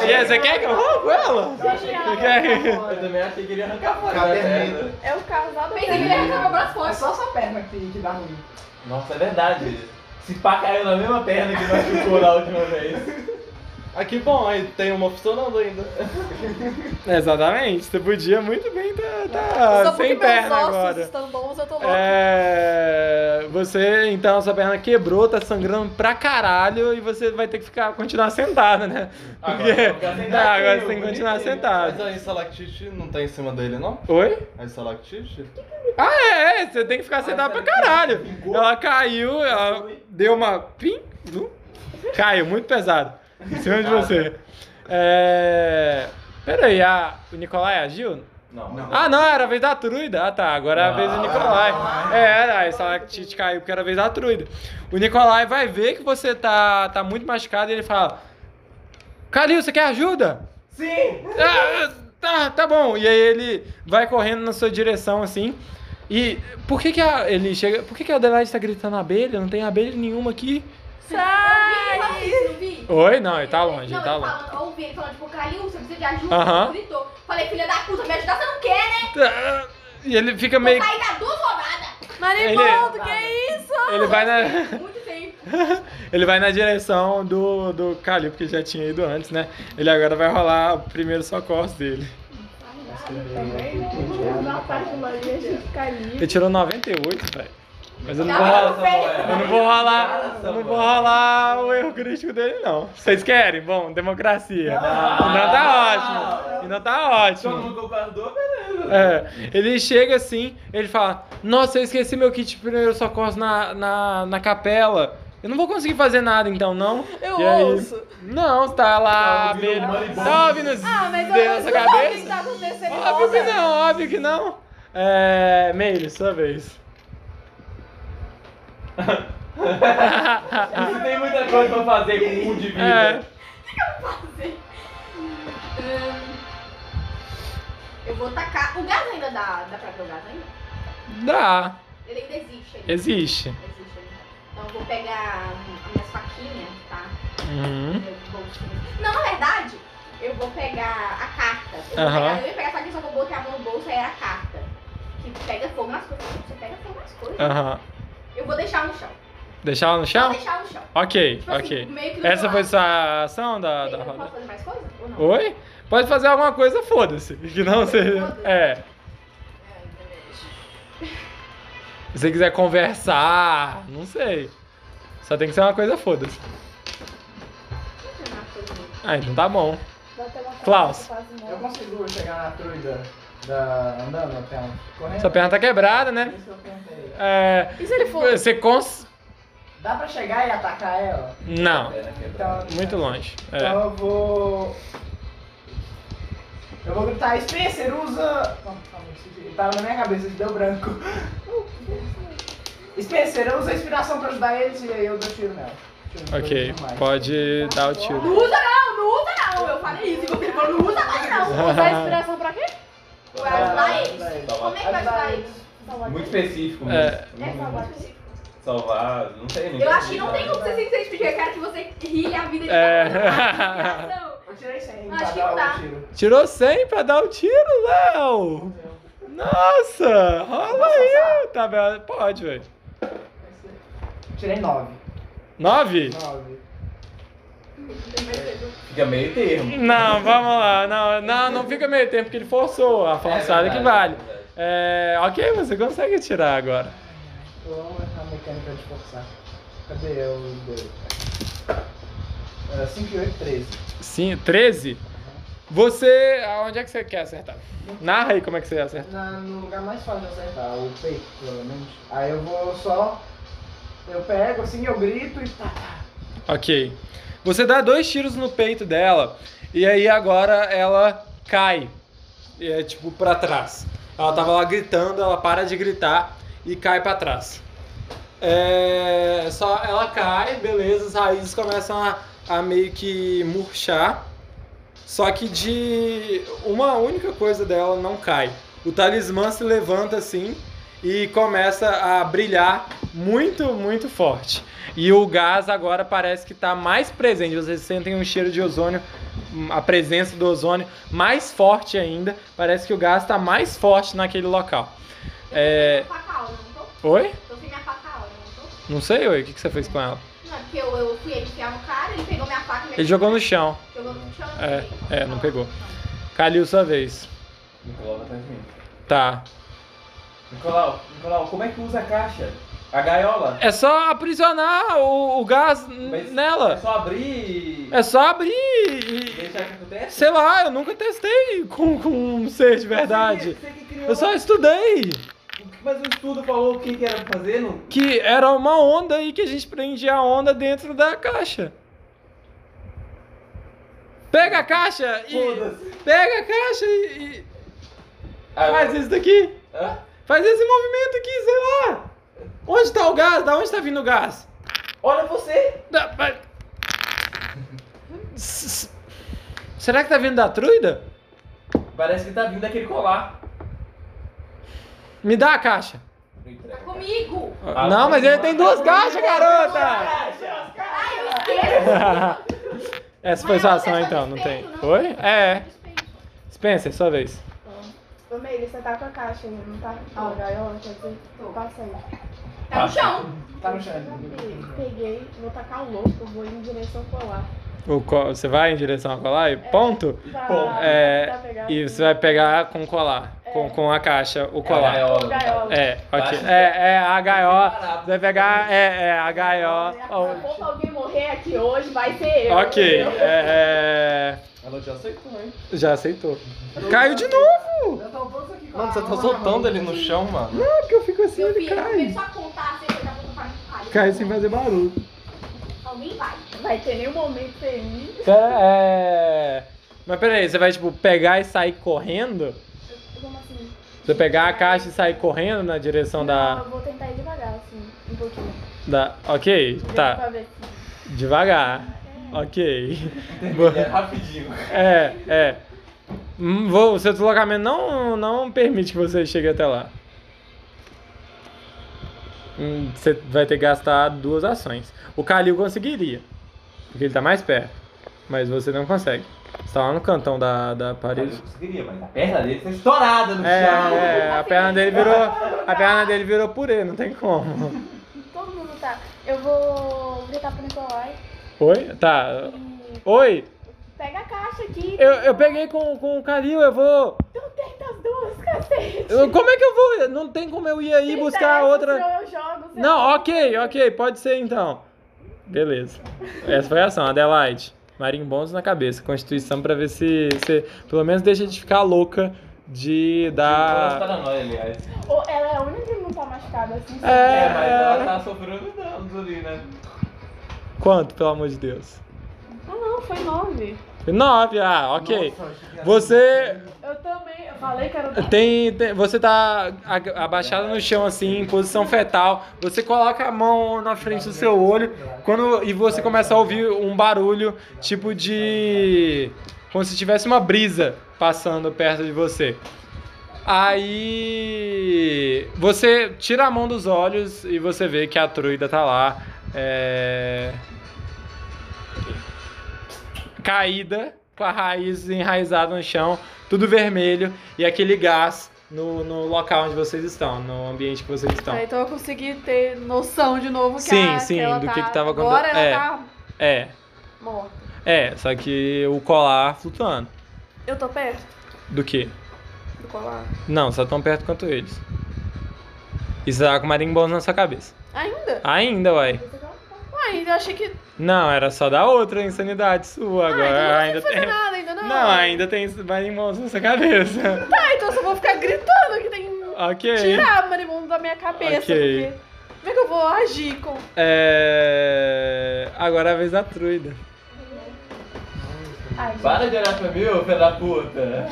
E aí, você quer que eu roubo ela? Você quer que- Eu também achei que ele ia arrancar fora. né? Ficar da vermelho. perna. É o casal Pensei que ele ia reclamar braço É forte. só sua perna que, que dá ruim. Nossa, é verdade. Se pá caiu na mesma perna que nós chutou na última vez. Aqui, Ah, bom, aí tem uma funcionando ainda. Exatamente, você podia muito bem tá, tá Só porque sem meus perna ossos agora. estão bons, eu tô louca. É, você, então, sua perna quebrou, tá sangrando pra caralho e você vai ter que ficar, continuar sentada, né? Agora Porque, eu vou ficar sentado, Tá, agora eu, você tem que continuar bonitinho. Mas sentado. a estalactite não tá em cima dele, não? Oi? A estalactite? Ah, é, é, você tem que ficar sentada pra caralho. Ela caiu, ela deu uma pim, du, caiu muito pesado em cima de você. É, peraí, a, o Nicolai agiu? Não, Ah, não, era a vez da Truida. Ah, tá. Agora é a vez do Nicolai. É, era, a estalactite caiu porque era a vez da Truida. O Nicolai vai ver que você tá, tá muito machucado e ele fala: Calil, você quer ajuda? Sim! tá, tá bom. E aí ele vai correndo na sua direção assim. E por que que a, ele chega. Por que que a Adelaide tá gritando abelha? Não tem abelha nenhuma aqui. Sai! Eu vi, eu vi. Oi? Não, ele tá longe, Não, ele tá ele longe. falando, eu ouvi ele falando, tipo, Calil, você precisa de ajuda, Aham. ele gritou. Falei, filha da puta, me ajudar, você não quer, né? Tá, E ele fica meio. Vou sair da duas é. rodadas. Maribondo, que isso? Ele vai na. Muito tempo. Ele vai na direção do, do Calil, porque já tinha ido antes, né? Ele agora vai rolar o primeiro socorro dele. Na parte do lado, a gente fica ali. Ele tirou 98, velho. Mas eu não vou Não, rolar. Samuel. Eu não vou rolar. Eu não vou rolar o erro crítico dele, não. Vocês querem? Bom, democracia. Então Ah. tá ótimo. Então tá Todo ótimo. mundo concordou, beleza. É, ele chega assim, ele fala: Nossa, eu esqueci meu kit de primeiro socorro na, na, na capela. Eu não vou conseguir fazer nada então, não. Eu E aí- ouço. Não, tá lá. Tá ouvindo abelha. um maribondo. Tá ouvindo os Ah, mas eu dedos vou na escutar o que que tá acontecendo. Óbvio que moça. não, óbvio que não. É. Meire, sua vez. Não tem muita primeira coisa pra fazer com um de vida. Ah. É. fazer. Ahn, eu vou tacar. O gás ainda dá. Dá pra ver o gás ainda? Dá. Ele ainda existe ali. Existe. Existe ainda. Então eu vou pegar as minhas faquinhas, tá? Uhum. Meu bolsinho. Não, na verdade, eu vou pegar a carta. Eu, vou Aham. pegar, eu ia pegar a faquinha, só que eu botei a mão no bolso e era a carta. Que pega fogo nas coisas. tipo, Você pega fogo nas coisas. Aham. Eu vou deixar no chão. Deixar ela no Vou Ah. chão? deixar no chão. Ok, Tipo assim, ok. meio que do Essa meu foi lado. sua ação da, Meio da que eu Posso roda? fazer mais coisa? Ou não? Oi? Pode fazer alguma coisa, foda-se. Que não você. Foda-se. É. Se você quiser conversar, não sei. Só tem que ser uma coisa, foda-se. Deixa eu ver uma coisa. Ah, então tá bom. Bota uma Klaus. quase não. Eu consigo chegar na truida da. andando até um. correndo? Sua perna tá quebrada, É né? Isso que eu perguntei. É. E se ele for? Você cons. Dá pra chegar e atacar ela? Não. Então, Muito longe. É. Tá. Então eu vou. Eu vou gritar, Spencer, usa. Não, calma, isso Tava na minha cabeça, isso deu branco. Spencer, usa a inspiração pra ajudar eles e aí eu dou tiro nela. Tiro no Ok, coração mais. pode dar o tiro. Não usa não, não usa não. Eu falei isso e você falou, não usa mais não. Ah, Usar a inspiração pra quê? Vai ajudar Ajudar eles. eles. é Como é que vai ajudar eles? Muito específico É. mesmo. É salvar eles. Salvar, não sei. Eu acho que não tem um- como você simplesmente pedir, eu quero que você rilhe a vida de É. cada um. Não. Eu tirei 100 Acho pra que tá. dar dá. o tiro. Tirou 100 pra dar o tiro, Léo! Nossa! Rola aí, tabela. Pode, velho. Tirei 9. 9? 9. Fica meio termo. Não, vamos lá. Não, não, não fica meio tempo que ele forçou. A forçada É que verdade, vale. é verdade. É, ok, você consegue tirar agora. Eu amo a mecânica de forçar. Cadê É eu? Era 5 É, e 8, 13. Sim, 13? Você. Onde é que você quer acertar? Narra aí como é que você acerta. Na- no lugar mais fácil de acertar, Tá, o peito, provavelmente. Aí eu vou só. Eu pego assim, eu grito e tá. Ok. Você dá dois tiros no peito dela e aí agora ela cai. E é tipo pra trás. Ela tava lá gritando, ela para de gritar e cai pra trás. É, só ela cai, beleza, as raízes começam a, a meio que murchar. Só que de uma única coisa dela não cai. O talismã se levanta assim e começa a brilhar muito, muito forte. E o gás agora parece que está mais presente. Vocês sentem um cheiro de ozônio, hum, a presença do ozônio mais forte ainda. Parece que o gás está mais forte naquele local. É, Eu tô sem minha faca aula, não tô? Oi? Tô sem minha faca aula, não tô? Não sei, oi. O que que você fez com ela? Não, é porque eu, eu fui enfiar um cara, ele pegou minha faca e Ele jogou no chão. Jogou no chão. né? É, não é, sei. não pegou. Calil, sua vez. Nicolau atrás de mim. Tá. Nicolau, Nicolau, como é que usa a caixa? A gaiola? É só aprisionar o, o gás n- Mas É nela. só abrir e. É só abrir e e. e- Deixar que acontece? Sei lá, eu nunca testei com, com um ser de verdade. Você que criou. Eu só estudei. Mas o estudo falou o que, que era pra fazer? Não... que era uma onda e que a gente prendia a onda dentro da caixa. Pega a caixa e. Foda-se. Pega a caixa e. e Ah, faz isso daqui. Hã? Faz esse movimento aqui, sei lá. Onde tá o gás? Da onde tá vindo o gás? Olha você! Da- vai- S- s- Será que tá vindo da truida? Parece que tá vindo daquele colar. Me dá a caixa. Tá comigo. Ah, Não, mas é ele tem duas caixas, garota! Garota! Ai, eu esqueço. Ah. Essa foi Mas sua ela ação tem é só né? então, não tem? despeito, não? Oi? É. Spencer, sua vez. Ô, Meire, você tá com a caixa ainda, não tá? Ah, gaiola, quer dizer? Tô. Passa aí. Tá Ah. no chão. Tá no chão. Pe- Peguei, vou tacar o louco, vou ir em direção pra lá. O co- Você vai em direção ao colar e ponto? Pra, É, pra pegar e o- você vai pegar com o colar, com, É. com a caixa, o Colar. colar. o gaiola. É, ok. Baixa. É, é, a HO. Barato. Você vai pegar, é, é, HO. Se for pra alguém morrer aqui hoje, vai ser eu. Ok, entendeu? é, Ela já aceitou, hein? é, Já aceitou. Caiu de novo! Eu tô todos aqui com Mano, a você tá arma na soltando mão. ele no chão, mano. É porque eu fico assim, Meu ele filho, cai. ele só contar assim, daqui a pouco vai cair. Cai sem fazer barulho. Alguém vai. Vai ter nenhum momento feliz. Pera, é. Mas peraí, você vai, tipo, pegar e sair correndo? Como assim? Você pegar a caixa e sair correndo na direção Não, da. Eu vou tentar ir devagar, assim, um pouquinho. da... Ok, Entendeu? tá. Pra ver se Devagar. Ok. É rapidinho. É, é. Hum, vou- O seu deslocamento não, não permite que você chegue até lá. Hum, Você vai ter que gastar duas ações. O Kalil conseguiria, porque ele tá mais perto. Mas você não consegue. Você tá lá no cantão da, da Eu parede. conseguiria, mas a perna dele tá estourada no chão. É, é, a perna dele virou. A perna dele virou purê, não tem como. Todo mundo tá. Eu vou gritar pro Nicolai Oi? Tá. e Oi! pega a caixa aqui. Eu, eu peguei com, com o Kalil, eu vou. Então tenta as duas, cacete. eu- como é que eu vou? Não tem como eu ir aí buscar Tenta, outra. senão Eu jogo, sei Não, lá. ok, ok, pode ser então. Beleza. Essa foi a ação, Adelaide. Marimbondos na cabeça, Constituição pra ver se você pelo menos deixa de ficar louca de Ela dar. tá na noia, aliás. Ou ela é a única que não tá machucada assim. É, É, mas ela é. tá sofrendo danos ali, né? Quanto, pelo amor de Deus? Ah, não, foi nove. Nove, ah, ok. Nossa, achei que era- Você Eu também, eu falei que era tem, tem- Você tá a- abaixada no chão, assim, em posição fetal. Você coloca a mão na frente do seu olho quando, e você começa a ouvir um barulho tipo de. como se tivesse uma brisa passando perto de você. Aí. Você tira a mão dos olhos e você vê que a truida tá lá. é, Caída, com a raiz enraizada no chão, tudo vermelho e aquele gás no, no local onde vocês estão, no ambiente que vocês estão. É, então eu consegui ter noção de novo que Sim, a, sim, que ela do tá, que que tava Agora acontecendo. ela É. É, tá morta. é, só que o colar tá flutuando. Eu tô perto Do que? do colar. Não, só tão perto quanto eles. E você tá com marimbondos na sua cabeça. Ainda? Ainda, uai. Ué, ainda eu achei que. Não, era só da outra insanidade sua. ah, então eu Agora não ainda sei fazer tem. nada, ainda não. Não, ainda tem marimbondos na sua cabeça. Ah, então eu só vou ficar gritando que tem que Ah, ok. tirar a marimundo da minha cabeça. Ok. Porque... Como é que eu vou agir com. É. Agora é a vez da truida. Ai, Para de olhar pra mim, ô filho da puta.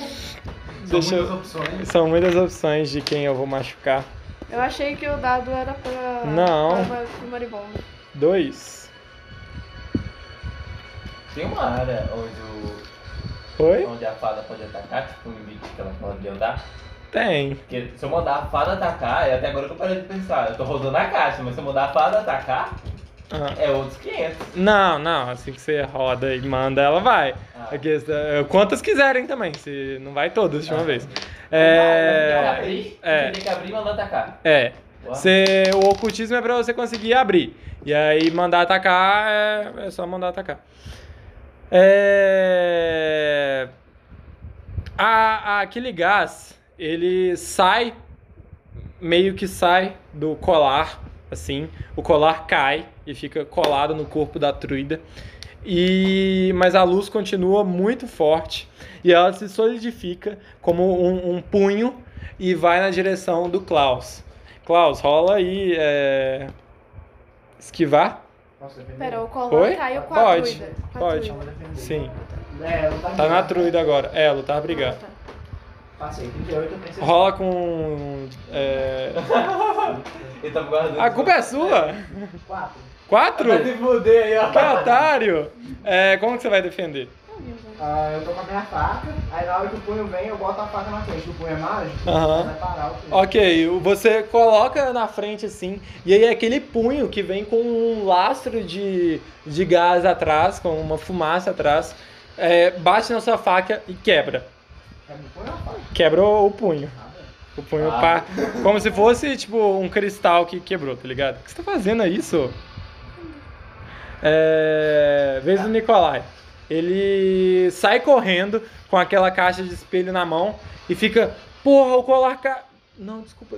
Deixa São eu- muitas opções. São muitas opções de quem eu vou machucar. Eu achei que o dado era pra. Não. Pra, pra marimundo. Dois. Tem uma área onde, o, Oi? onde a fada pode atacar, tipo um limite que ela pode andar. Tem. Porque se eu mandar a fada atacar, é até agora que eu parei de pensar. Eu tô rodando a caixa, mas se eu mandar a fada atacar, Ah. é outros 500. Não, não. Assim que você roda e manda, ela vai. Ah. Aqui, eh, quantas quiserem também, se não vai todas de uma Ah. vez. Você É. tem que abrir, é. você tem que abrir e mandar atacar. É. Boa. Você- o ocultismo é pra você conseguir abrir. E aí mandar atacar é, é só mandar atacar. É. A, a- aquele gás, ele sai, meio que sai do colar, assim. O colar cai e fica colado no corpo da truida. E, mas a luz continua muito forte e ela se solidifica como um, um punho e vai na direção do Klaus. Klaus, rola aí. É... Esquivar? Posso defender? Pera, o colar Oi? caiu com a Pode, druida. Com a pode. druida. Sim. É, eu tava Tá na brigando. truida agora. É, lutar brigado. Ah, tá. Passei, 38, eu pensei. Rola com. É... Ele tava guardando. A culpa é sua! 4. Quatro? Vai se fuder aí, ó. Que otário! É, como que você vai defender? Ah, eu tô com a minha faca, aí na hora que o punho vem, eu boto a faca na frente. O punho é mágico, Aham. vai parar o punho. Ok, você coloca na frente assim, e aí aquele punho que vem com um lastro de, de gás atrás, com uma fumaça atrás, é, bate na sua faca e quebra. É do punho ou a faca? Quebra o punho. Ah, velho. O punho Ah. pá. Como se fosse, tipo, um cristal que quebrou, tá ligado? O que você tá fazendo aí, isso? É. Vez do Nicolai. Ele sai correndo com aquela caixa de espelho na mão e fica. Porra, o colar ca. Não, desculpa.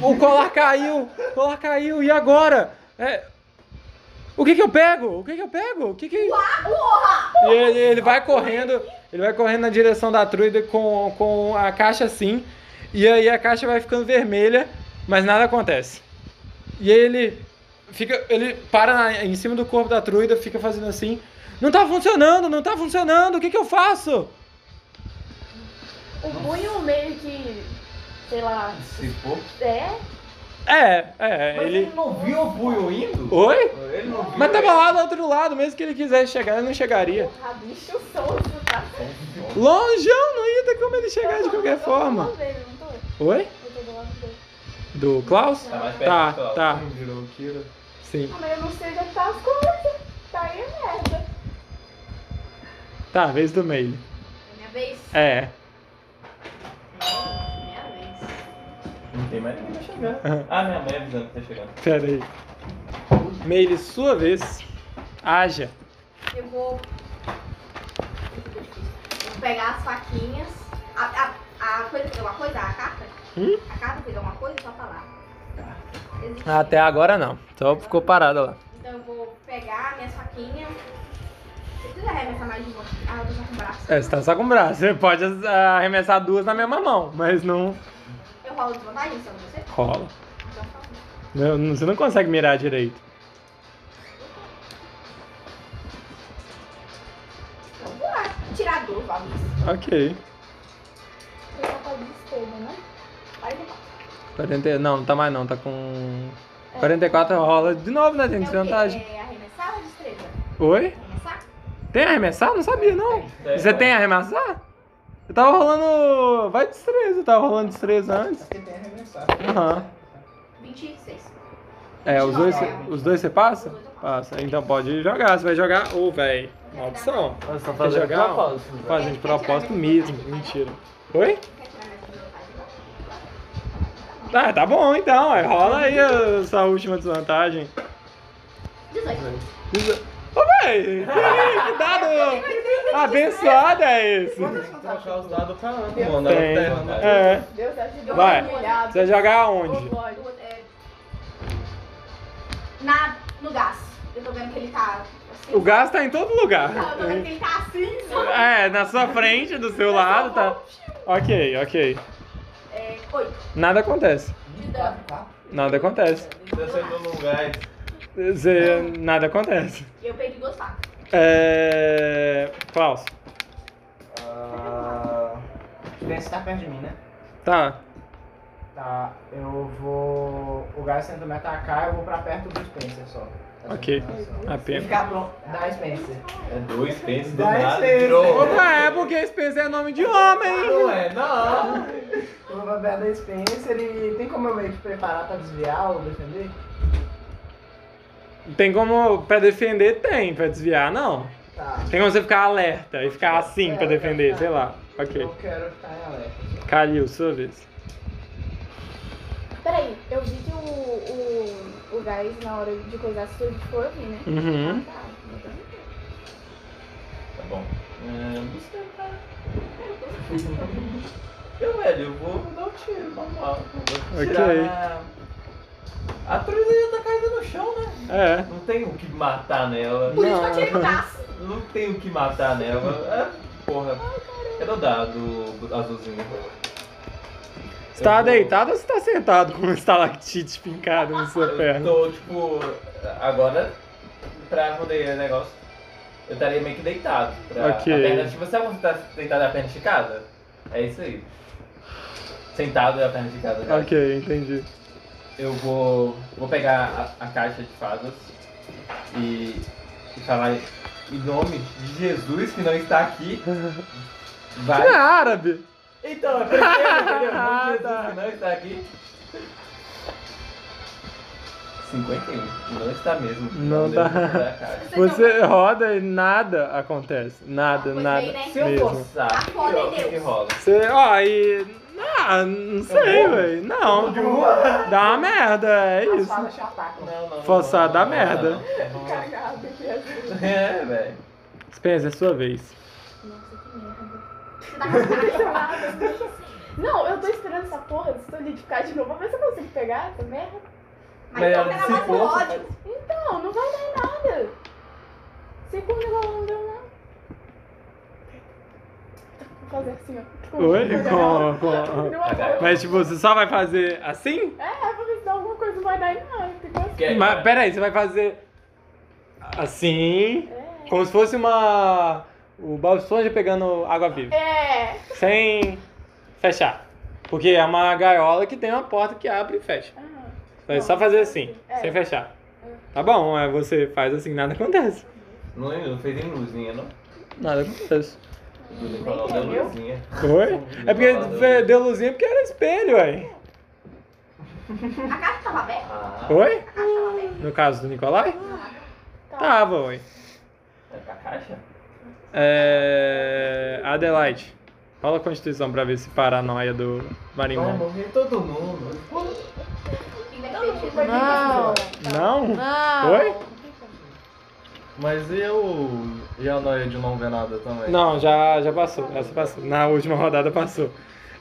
O colar caiu! O colar caiu! E agora? É. O que que eu pego? O que que eu pego? O que que. E ele, ele vai correndo, ele vai correndo na direção da truida com, com a caixa assim. E aí a caixa vai ficando vermelha, mas nada acontece. E aí ele fica, ele para na- em cima do corpo da truida, fica fazendo assim: "Não tá funcionando, não tá funcionando. O que que eu faço?" O punho meio que. Sei lá. Se for. É? É, é, Mas ele ele não viu o punho indo? Oi? Ele não Mas tá tava lá do outro lado, mesmo que ele quisesse chegar, ele não chegaria. Porra, bicho, sonso, tá? Longeão, não ia ter como ele chegar de qualquer forma. Eu tô do lado dele, não tô? Eu Oi? tô do lado dele. Do Klaus? Tá mais perto do Tá, Klaus. tá. Virou o Kira. Sim. Ah, mas eu não sei onde é que tá as coisas. Tá aí a merda. Tá, vez do meio. Minha vez. É. Minha vez. Não tem mais ninguém pra chegar. Ah, minha mãe avisando que tá chegando. Pera aí. Meire, sua vez. Haja. Eu vou. Vou pegar as faquinhas. A, a, a coisa fez alguma coisa? A carta? Hum? A carta fez alguma coisa? Só falar. Existe. Até agora não. Só ficou parada lá. Então eu vou pegar minhas faquinhas. Você precisa arremessar mais de uma. Ah, eu tô só com o braço. É, você tá só com o braço. Você pode ah, arremessar duas na mesma mão, mas não Eu rolo desvantagem sobre você? rola. Então, por favor. Não- não- você não consegue mirar direito. Então, vou lá. Tirar duas, Valmir. Ok. Eu tô com a despesa, né? Aí depois. 40, não, não tá mais não. Tá com... 44 rola de novo, né? Tem desvantagem. É arremessar ou destreza? Oi? Arremessar? Tem arremessar? Não sabia, não. Tem. Você tem arremessar? Eu tava rolando. Vai destreza, eu tava rolando destreza antes. Você tem a arremessar. Aham. 26. É, os dois, cê- os dois você passa? Os dois eu passo. Passa. Então pode jogar. Você vai jogar. Ô, véi. Maldição. Elas estão Ah, Quer tá fazendo jogar? propósito, né? velho. Fazem de propósito mesmo. Mentira. Oi? Quer tirar mais desvantagem? Ah, tá bom então. Aí Rola aí essa última desvantagem. 18. Ô, véi. Que, que dado abençoado é esse? Trocar os dados pra ano, Tem. mano. Tem. É. Deus ajuda. Vai. Humilhado. Você vai jogar aonde? É, na, no gás. Eu tô vendo que ele tá assim. O gás tá em todo lugar. Não, Eu tô vendo que ele tá assim, só. É, na sua frente, do seu lado, tá. Ok, ok. É, 8 Nada acontece. de dano. tá? Nada acontece. Você acertou no lugar. é Zê, nada acontece. E eu perdi duas facas. É. Klaus. Ah, Esse tá perto de mim, né? Tá. Tá, eu vou. O Gás tenta me atacar, eu vou pra perto do Spencer só. Tá Ok. A Tem pena. ficar pronto. Dá Spencer. É dois pensos do Dá nada. licença. virou. Opa, é porque esse PC é nome de homem. Não é, não. Eu vou pra perto do Spencer e tem como eu meio que preparar pra desviar ou defender? Tem como. Pra defender, tem. Pra desviar, não. Tá. Tem como você ficar alerta e ficar assim pra defender, sei lá. Ok. Eu quero ficar em alerta. Calil, sua vez. Peraí, eu vi que o, o, o gás na hora de coisar se tudo ficou eu vi, né? Uhum. Ah, tá. Então, Tá bom. É, não sei, cara. Eu, velho, eu vou dar um tiro, normal. Eu vou tirar Ok. na- A truta já tá caindo no chão, né? É. Não tem o que matar nela. Por isso que eu tirei no gás. Não tem o que matar nela. É, porra. Quero o dado azulzinho. Você tá Eu vou- deitado ou você tá sentado com um estalactite fincado na sua Eu perna? tô, tipo, agora, pra poder o negócio, eu estaria meio que deitado. Pra Ok. a perna, tipo, sabe quando você tá deitado e a perna esticada? É isso aí. Sentado e a perna esticada. né? Ok, entendi. Eu vou, vou pegar a, a caixa de fadas e, e falar em nome de Jesus que não está aqui. É Vai. árabe. Então, é primeiro, entendeu? Em nome de Ah, Jesus tá. que não está aqui. 51. Não está mesmo. Não deu tá. pra pegar a caixa. Você roda e nada acontece. Nada, Pois nada. bem, né? Se eu Mesmo. forçar, Tá o foda, que, hein, que Deus? rola? Você, ó, e. Ah, não sei, velho. Não. Dá uma merda, é As isso. falas te atacam. Não, não. Forçar não, dá não, merda. não, não. Cagado que é. É, velho. Spencer, é sua vez. Nossa, que merda. Você tá com a cara. Não, eu tô esperando essa porra de solidificar de novo. Vamos ver se eu consigo pegar essa merda. Mas Melhor então pega se mais no for, ódio. Então, Não, não vai dar nada. Se quando ela não deu nada. Vou fazer assim, ó. Oi? Vou Com, com... dar- Mas, tipo, você só vai fazer assim? É, vou ver se dá alguma coisa, não vai dar em nada. entendeu? Que- tipo, Mas, peraí, você vai fazer. Assim. É. Como se fosse uma. O Bob Esponja pegando água viva. É. Sem fechar. Porque é uma gaiola que tem uma porta que abre e fecha. Ah, Vai Não. só fazer assim, É. sem fechar. Tá bom, aí você faz assim, nada acontece. Não lembro, não fez nem luzinha, não? Nada acontece. Do Nicolau da luzinha. Foi? É porque fe- deu luzinha porque era espelho, ué. A caixa tava aberta? Ah, Foi? A caixa tava aberta. No caso do Nicolai? Tava, ué. é pra caixa? É... Adelaide, rola a Constituição pra ver se paranoia do Vai Marimão. morrer todo mundo. Hum. Ainda que tem cheiro. Não. Não? Não. Oi? Mas e eu. E a noia de não ver nada também? Não, já, já passou. Essa passou. Na última rodada passou.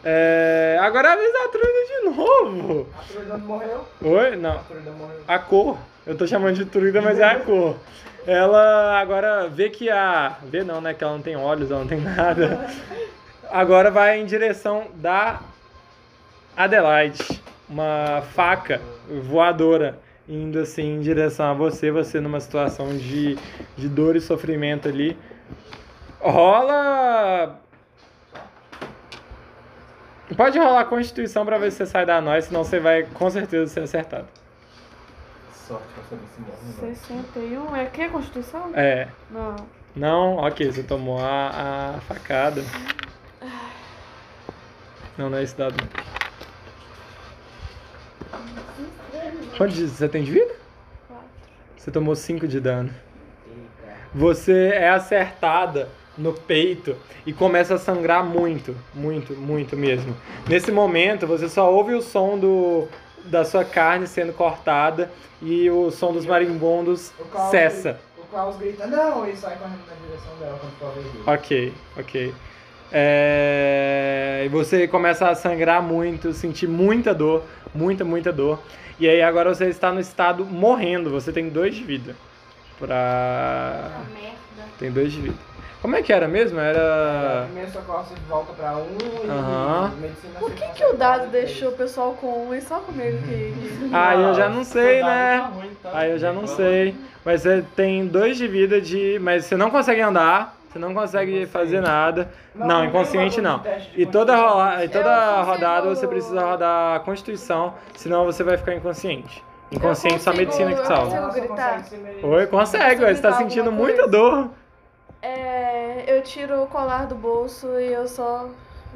É... Agora é a vez da Truida de novo. A Truida morreu. Oi? Não. A Truida morreu. a cor. Eu tô chamando de truida, mas é a cor. Ela agora vê que a. Vê não, né? Que ela não tem olhos, ela não tem nada. Agora vai em direção da Adelaide. Uma faca voadora indo assim em direção a você, você numa situação de, de dor e sofrimento ali. Rola. Pode rolar a Constituição pra ver se você sai da nós, senão você vai com certeza ser acertado. Sorte pra saber se morre ou 61 é que a Constituição? É. Não. Não, ok, você tomou a, a facada. Não, não é esse dado. não. Quanto de, você tem de vida? Quatro. Você tomou 5 de dano. Eita. Você é acertada no peito e começa a sangrar muito, muito, muito mesmo. Nesse momento, você só ouve o som do, da sua carne sendo cortada e o som dos marimbondos O Klaus- cessa. O Klaus grita não e sai correndo na direção dela quando for ver ele. Ok, ok. É, E você começa a sangrar muito, sentir muita dor, muita, muita dor. E aí agora você está no estado morrendo, você tem dois de vida. Ah, Pra. merda. Tem dois de vida. Como é que era mesmo? Era. Então, Primeiro socorro você volta pra um e Aham. medicina Por você que, volta que o dado pra três. deixou o pessoal com um e só comigo que. Aí ah, eu já não sei, Seu dado tá né? ruim, tá? Aí eu já não Vamos. sei. Mas você tem dois de vida de. Mas você não consegue andar, você não consegue consegue. fazer nada. Não, tem inconsciente valor de não. teste de E toda, constituição. rola, e Eu toda consigo- rodada você precisa rodar a Constituição, senão você vai ficar inconsciente. Inconsciente só a consigo- medicina que eu salva. consigo- Ela só gritar? consegue se medir. Oi, consegue, Eu você tá consigo sentindo alguma muita coisa. dor. É, eu tiro o colar do bolso e eu só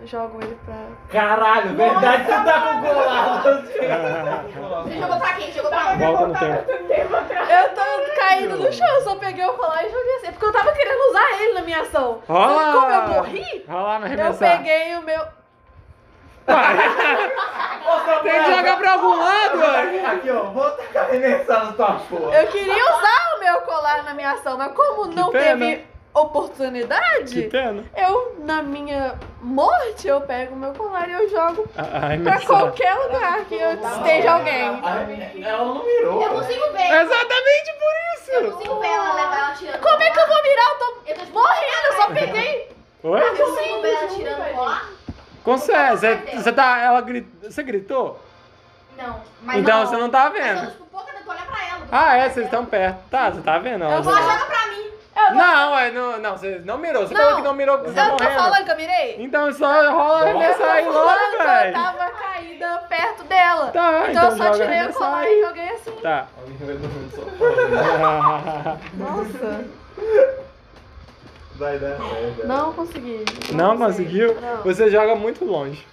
jogo ele pra. Caralho, verdade que você tá com colado. Hum. Você jogou pra quem? Jogou Tá. pra Volta no tempo. Eu tô caindo no chão, eu só peguei o colar e joguei assim. Porque eu tava querendo usar ele na minha ação. Só que Rola! Como eu morri, Rola na eu arremessar. peguei o meu. Tem que jogar pra algum lado, ué. Aqui, ó, vou tacar arremessar na tua porra. Eu queria usar o meu colar na minha ação, mas como não pena. teve oportunidade. Que pena. Eu, na minha morte, eu pego meu colar e eu jogo A- a pra Arremessar. qualquer lugar que eu esteja alguém. Arre- Ela não mirou. um. Eu consigo É ver. Exatamente Eu por isso. consigo ver ela levar ela tirando. Como é que eu vou mirar? Eu tô Eu tô de morrendo, eu só peguei. Oi? Eu consigo ver ela tirando o colar? Consegue. Você, você tá. Ela gritou. Você gritou? Não. Mas Então não. você não tá Mas eu, vendo. tipo, pô, eu tô olhando pra ela. Ah, é, vocês estão perto. Tá, você tá vendo? ela Eu já- Ela joga pra mim. Eu tô, Não, ué, não, não, você não mirou. Você Não, falou que não mirou porque você tá eu tô morrendo. falando que eu mirei? Então só rola arremessar aí Eu tô logo, falando que velho. Eu tava caída perto dela. Tá, então, então eu só joga tirei o arremessar colar aí. e joguei assim. Tá. Alguém vai dormir no sofá. Nossa, Vai dar merda. não consegui. Não conseguiu? Não. Você joga muito longe.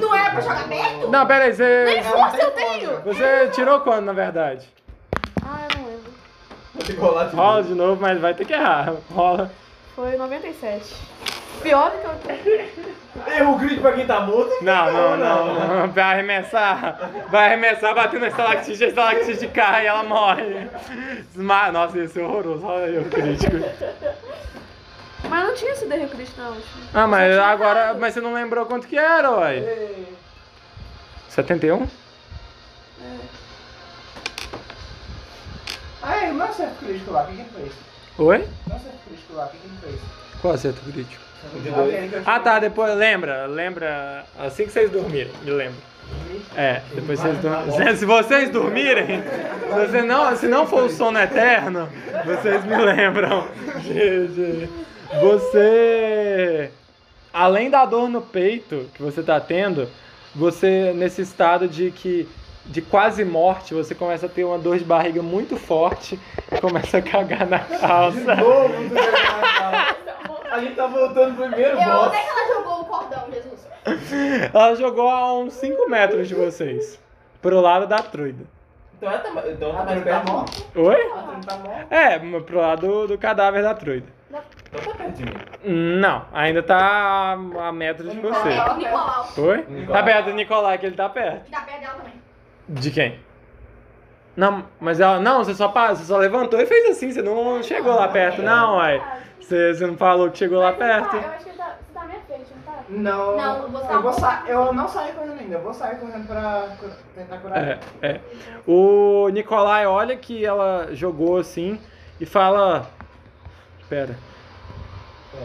Não era pra jogar perto? Não, pera aí, você. Força eu tenho! Você tirou quando, na verdade? Ah, eu não lembro. Vou colar de Rola de novo, mas vai ter que errar. Rola. Foi 97. Pior do que eu tenho. Eu grito pra quem tá morto. Não, não, não. não. Vai arremessar. Vai arremessar, batendo na estalactite, a estalactite cai e ela morre. Esma- Nossa, isso é horroroso. Olha aí o crítico. Mas não tinha esse derrio Cristo na última. Ah, mas agora. Mas você não lembrou quanto que era, uai. Ei, 71? Ah, é, não acerto crítico lá, o que que ele fez? Oi? Não acerto crítico lá, o que que ele fez? Qual acerto crítico? De dois. Aquele que eu Ah tirei. tá, depois lembra, lembra. Assim que vocês dormirem, me lembra. É, depois vocês dormirem. Se vocês dormirem, se, você não, se não for o sono eterno, vocês me lembram. de- de- Você. Além da dor no peito que você tá tendo, você, nesse estado de que de quase morte, você começa a ter uma dor de barriga muito forte e começa a cagar na calça. Novo, a gente tá voltando pro primeiro Eu, onde é boss. que ela jogou o cordão, Jesus? Ela jogou a uns 5 metros de vocês. Pro lado da truida. Então ela tá, ma- então ela Ah, tá mais mas tá perto. bom. Oi? Ah, não tá bom. É, pro lado do, do cadáver da truida. Então tá perto de mim. Não, ainda tá a, a metro de Tá você. perto do Nicolau. Oi? Nicolau. Tá perto do Nicolai, que ele tá perto. E da perto dela também. De quem? Não, mas ela. Não, você só, pa- você só levantou e fez assim, você não chegou lá perto, não, uai. Você, você não falou que chegou lá perto. eu acho que ele tá, você tá à minha frente, não tá? Não, Não, eu vou eu, sair. vou sa eu não saí correndo ainda, eu vou sair correndo pra cu- tentar curar. É, é. O Nicolai olha que ela jogou assim e fala. Pera.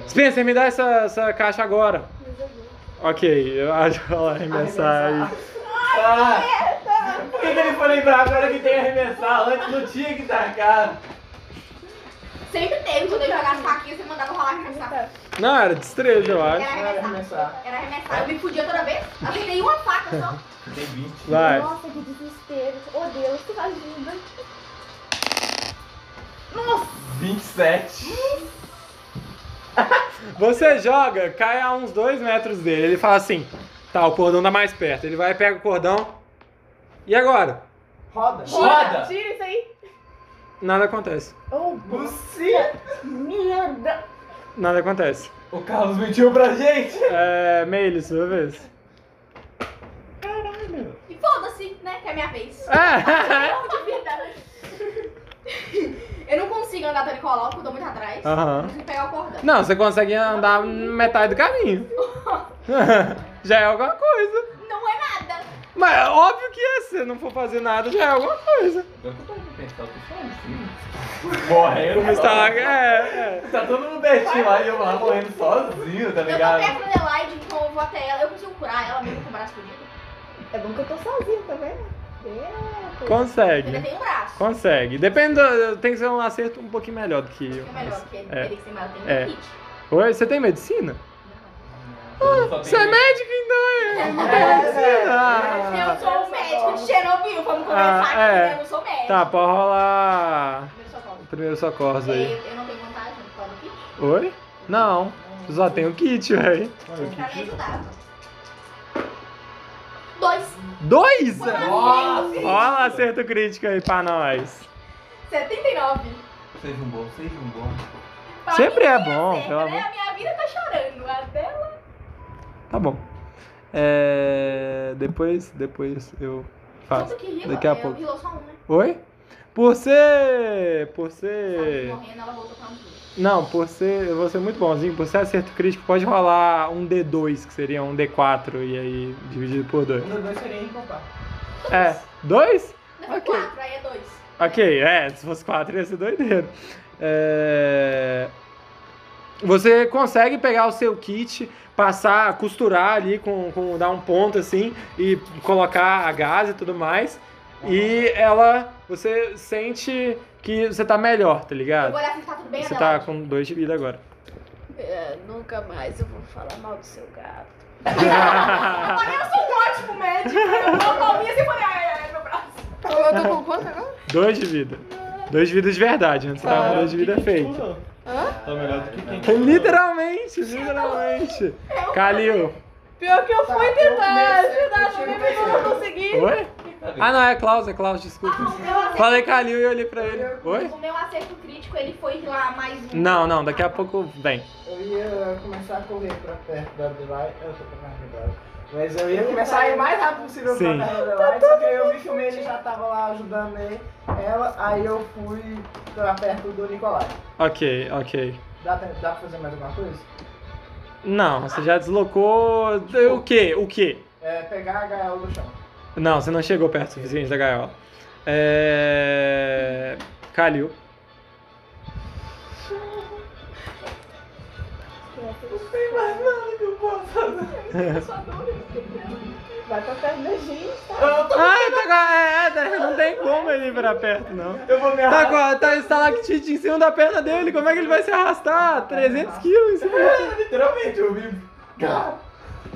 Spencer, me dá essa, essa caixa agora. Ok, eu acho ela arremessar aí. Ah, por que, que ele foi lembrar agora que tem que arremessar? Antes não tinha que tacar. Sempre teve, quando eu jogava as faquinhas, você mandava rolar arremessar. Não, era destreza, eu Era acho. Vai arremessar. arremessar. Era arremessar. Eu me fudia toda vez. Acertei uma faca só. Tem 20. Vai. Nossa, que desespero. Ô Deus, que ajuda. 27. Você joga, cai a uns dois metros dele. Ele fala assim: tá, o cordão tá mais perto. Ele vai, pega o cordão. E agora? Roda. Roda! Tira isso aí. Nada acontece. Oh, Você. merda. Nada acontece. O Carlos mentiu pra gente! É. Meile, sua vez. E foda-se, né? Que é minha vez. é? Ah, Não, de vida. Eu não consigo andar do Nicolau, porque eu tô muito atrás. Aham. Não consigo pegar o cordão. Não, você consegue andar metade do caminho. Já é alguma coisa. Não é nada. Mas óbvio que é, se você não for fazer nada, já é alguma coisa. Agora que eu tô aqui pensando, eu tô só assim. Morrendo. Como está. Tá É, é. Tá todo mundo betinho lá e eu lá morrendo sozinho, tá Eu tô ligado? perto da Adelaide, então eu vou até ela. Eu consigo curar ela mesmo com o braço fudido. É bom que eu tô sozinha, tá vendo? Deus. Eu ainda Consegue. tenho um braço. Consegue. Depende. do- Tem que ser um acerto um pouquinho melhor do que eu. É melhor, porque É. ele que ser mal tem É. um kit. Oi, você tem medicina? Só Você é um. tem médico então? É, Eu medicina. sou um médico de Chernobyl, vamos Ah, conversar é. aqui, né? eu não sou médico. Tá, pode rolar Primeiro socorro. primeiro socorros aí. Eu, eu não tenho vantagem por causa do kit. Oi? Não, só tem o kit, véi. Você tá me ajudando. Dois. Dois? Nossa! Rola acerto crítico aí pra nós. 79. Seja um bom, seja um bom. Pra Sempre mim, é ninguém bom, acerta, pelo né? amor- A minha vida tá chorando. A dela. Tá bom. É. Depois, depois eu faço. Tudo que rilou, Tá. Daqui a é, pouco. Rilou só um, né? Oi? Por ser. Por Ela ser. morrendo, ela voltou pra um dia. Não, por ser. Eu vou ser muito bonzinho. Por ser acerto crítico, pode rolar um D2, que seria um D4, e aí dividido por dois. Um dos dois seria incomparado. É. Dois? Não, Ok. okay. quatro, aí é dois. Ok, é, se fosse quatro ia ser doideiro. É... Você consegue pegar o seu kit, passar, costurar ali, com, com- dar um ponto assim, e colocar a gás e tudo mais. E ela, você sente que você tá melhor, tá Eu ligado? vou olhar se tá tudo bem, Você tá Adelaide. com dois de vida agora. É, nunca mais eu vou falar mal do seu gato. Agora eu sou um ótimo médico. Eu dou palminha assim e falei, ai, ai, meu braço. Eu tô com quanto agora? dois de vida. Dois de vida de verdade, antes você tava com dois de vida fake. Tá melhor do que quem? Literalmente, literalmente. Calil. Pior que eu Tá, fui eu tentar comecei, ajudar eu também, tive mas eu não consegui. Oi? Ah, não, é Klaus, é Klaus, desculpa. Falei Calil e olhei pra ele. Oi? O meu acerto crítico, ele foi lá mais um. Não, não, daqui a pouco vem. Eu ia começar a correr pra perto da Adelaide. Eu tô com mais agora. Mas eu ia começar a ir o mais rápido possível Sim. pra perto da Adelaide. Só que aí eu vi que o Meire já tava lá ajudando ele, ela. Aí eu fui pra perto do Nicolai. Ok, ok. Dá, tempo- dá pra fazer mais alguma coisa? Não, você já deslocou. eh, O quê? O quê? É pegar a gaiola do chão. Não, você não chegou perto o suficiente da gaiola. É. Calil. Vai pra perto da gente. Ah, tá com a- é, é, não tem como ele ir pra perto, não. Eu vou me Tá com a tá estalactite em cima da perna dele, como é que ele vai se Ah, tá, arrastar? 300 quilos em cima arrastar, literalmente, eu vi. é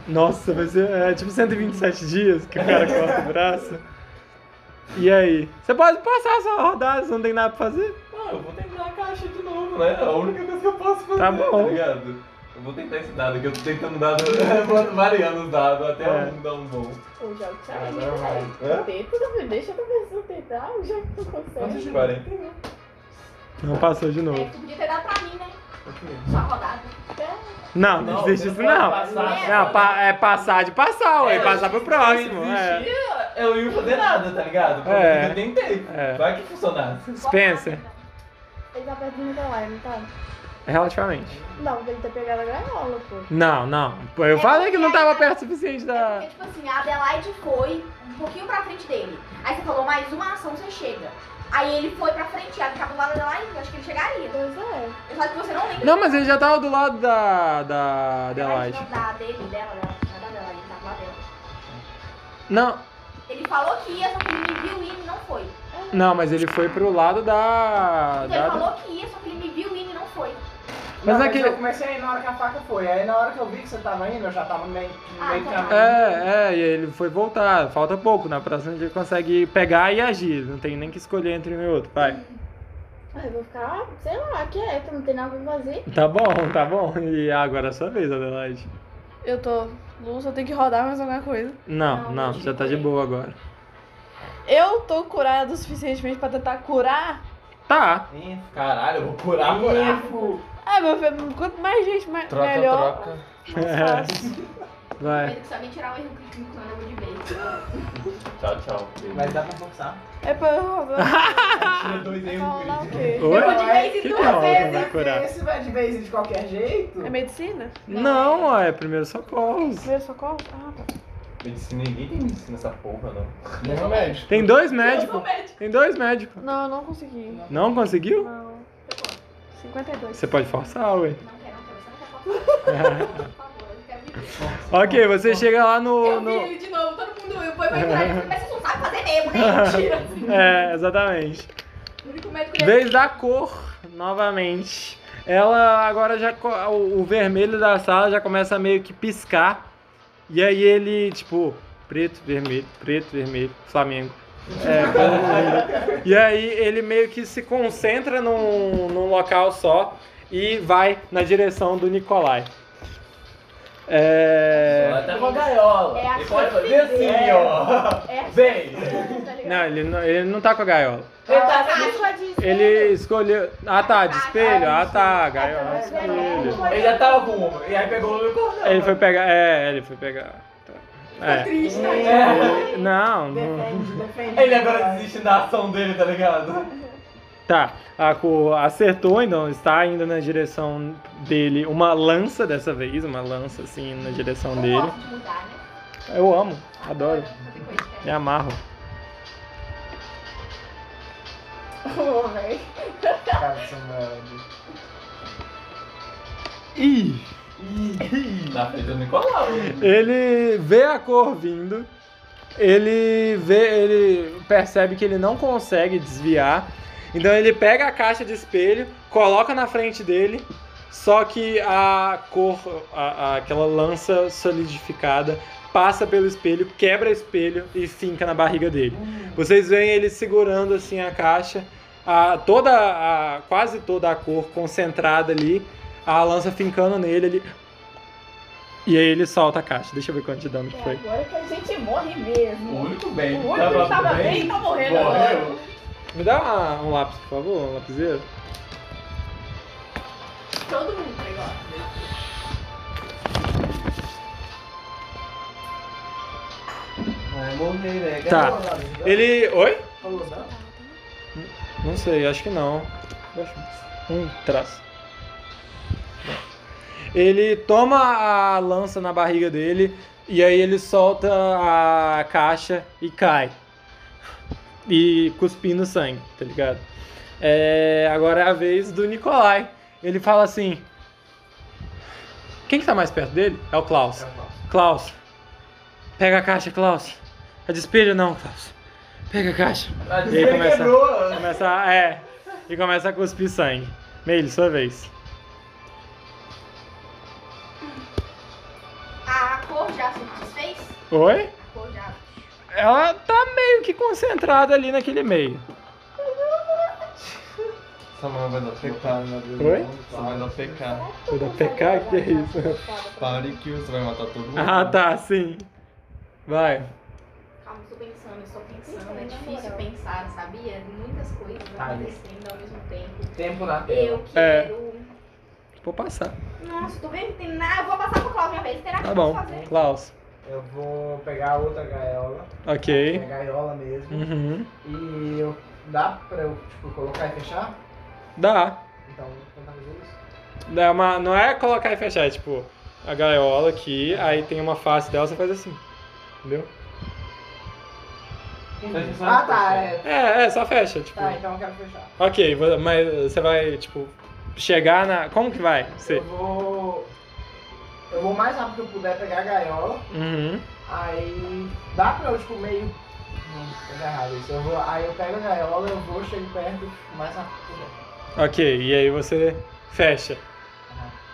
Nossa, vai ser é, tipo 127 dias que o cara corta o braço. E aí? Você pode passar essa rodada, você não tem nada pra fazer? Ah, eu vou tentar a caixa de novo, né? É a única coisa que eu posso fazer, Tá bom. ligado? Eu vou tentar esse dado, que eu tô tentando dado, variando os dados até É. um dar um bom. O jogo te Agora vai. ajuda. Tenta, também, deixa a pessoa tentar, o jogo não Tá consegue. 40. Não passou de É, novo. tu podia ter dado pra mim, né? Só rodada. Não, não Não, existe isso você não. pode passar. Não, pa- é passar de passar, ué. É, passar pro próximo. Se É. existia, eu não ia fazer nada, tá ligado? Porque É. eu tentei. É. Vai que funcionasse. Spencer, Ele tá perto do Nicolai, não tá? relativamente. Não, ele tá pegando a gaiola, pô. Não, não. Eu falei que não tava perto o suficiente É da. porque, tipo assim, a Adelaide foi um pouquinho pra frente dele. Aí você falou, mais uma ação, você chega. Aí ele foi pra frente, ia ficar do lado da Adelaide, eu acho que ele chegaria. Pois é. Só que você não lembra. Não, mas ele já tava do lado da. da. Adelaide. Não, da dele, dela, dela, não é da Adelaide, tá do lado dela. Não, Ele falou que ia, só que ele me viu indo e não foi. Então não, mas ele foi pro lado da. ele da... falou que ia, só que ele me viu indo e não foi. Mas Não, naquele- Eu comecei aí na hora que a faca foi. Aí na hora que eu vi que você tava indo, eu já tava no meio, no Ah, meio tá. caminho. É, é, e ele foi voltar. Falta pouco. Na próxima ele consegue pegar e agir. Não tem nem que escolher entre um e outro. Vai. Aí eu vou ficar, ah, sei lá, quieto, não tem nada pra fazer. Tá bom, tá bom. E agora é a sua vez, Adelaide. Eu tô. Luz, eu tenho que rodar mais alguma coisa. Não, Não, não, hoje já tá de foi. boa agora. Eu tô curada o suficientemente pra tentar curar. Tá. Ih, Caralho, eu vou curar agora. Ah, meu filho, quanto mais gente, mais, melhor. Mais fácil. Vai. Medo que se alguém tirar o erro crítico no eu vou de vez. Tchau, tchau. Mas dá pra forçar. É pra eu rodar. é Ah, Vai rolar o Oi? quê? Eu vou de vez Que que é óbvio, vai curar? Esse vai de vez de qualquer jeito. É medicina? Não, ó, é primeiro socorros. Primeiro socorro? Ah, tá. Medicina, ninguém tem medicina essa porra, não. é Nem remédio. Tem dois médicos. Tem dois médicos. Não, eu não consegui. Não conseguiu? Não. 52. Você pode forçar, ué. Não quero, não quero, você não quer falar. Por favor, eu quero viver. Ok, você chega lá no. Eu vi no... ele de novo, todo mundo, eu fui pra entrar, ele falou, mas vocês não sabem fazer mesmo, né? Mentira, assim. É, exatamente. O único médico que Vez da cor, novamente. Ela agora já. co- O, o vermelho da sala já começa a meio que piscar. E aí ele, tipo, preto, vermelho, preto, vermelho, Flamengo. É, Flamengo. e aí ele meio que se concentra num, num local só e vai na direção do Nicolai. É. Até tá uma gaiola. É a Ele sua pode fazer assim, ó. É. Vem. assim, Tá ligado? Não ele, não, ele não tá com a gaiola. Ele tá né? Ele escolheu. Ah tá, de espelho? Ah tá, gaiola. Espelho. Ele é já tava com uma. E aí pegou o meu cordão. Ele foi pegar. É, ele foi pegar. tá. É. Triste, né? Ele- Não, não. Defende, defende. Ele agora desiste da ação dele, tá ligado? Tá. A cor acertou, então está indo na direção dele. Uma lança dessa vez, uma lança assim na direção Eu dele. gosto de mudar, né? Eu amo, adoro, Fazer coisa diferente. me amarro. Ô, velho. Cara, isso é um merda. Ih! Na frente do Nicolau. Ele vê a cor vindo, ele vê, ele percebe que ele não consegue desviar. Então ele pega a caixa de espelho, coloca na frente dele, só que a cor, a- a- aquela lança solidificada, passa pelo espelho, quebra o espelho e finca na barriga dele. Vocês veem ele segurando assim a caixa, a- toda a, quase toda a cor concentrada ali, a lança fincando nele, ele e aí ele solta a caixa. Deixa eu ver quanto de dano que É foi. agora que a gente morre O mesmo. único O bem. único que tava bem tá morrendo agora. Morreu. Me dá uma- um lápis, por favor, um lapiseiro. Todo mundo tá igual. é, Vai morrer, né? Tá. Ele. Oi? Falou, dá? Não sei, acho que não. Acho- Um traço. Ele toma a lança na barriga dele e aí ele solta a caixa e cai. E cuspindo sangue, tá ligado? É, agora é a vez do Nicolai. Ele fala assim: Quem que tá mais perto dele? É o Klaus. Klaus, pega a caixa, Klaus. A de espelho não, Klaus. Pega a caixa. A E aí dele começa- quebrou. Começa a, é, e começa a cuspir sangue. Meile, sua vez. A cor já se desfez? Oi? A cor já. ela tá meio que concentrada ali naquele meio. Samuel vai dar pecado, meu Deus. Oi? Samuel vai dar pecado. Vou dar PK? Que é isso? Pare que você vai matar todo mundo. Ah, tá, sim. Vai. Calma, eu tô pensando, eu estou pensando. É difícil pensar, sabia? Muitas coisas acontecendo ao mesmo tempo. Tempo né? na tela. Eu quero. um Vou passar. Nossa, tô vendo que tem nada. Eu vou passar pro Cláudio minha vez. Terá que Tá bom. fazer. Klaus. Eu vou pegar outra gaiola. Ok. Minha gaiola mesmo. Uhum. E eu. Dá pra eu, tipo, colocar e fechar? Dá. Então, vou tentar fazer isso. Dá uma, não é colocar e fechar, é tipo, a gaiola aqui, aí tem uma face dela, você faz assim. Entendeu? Ah, tá, é. É, é, só fecha, tipo. Tá, então eu quero fechar. Ok, vo- mas você vai, tipo, chegar na. Como que vai? Você. Eu vou. Eu vou o mais rápido que eu puder pegar a gaiola. Uhum. Aí. Dá pra eu, tipo, meio. Hum, tá errado isso. Eu vou, aí eu pego a gaiola, eu vou, chego perto, o mais rápido que puder. Ok, e aí você fecha.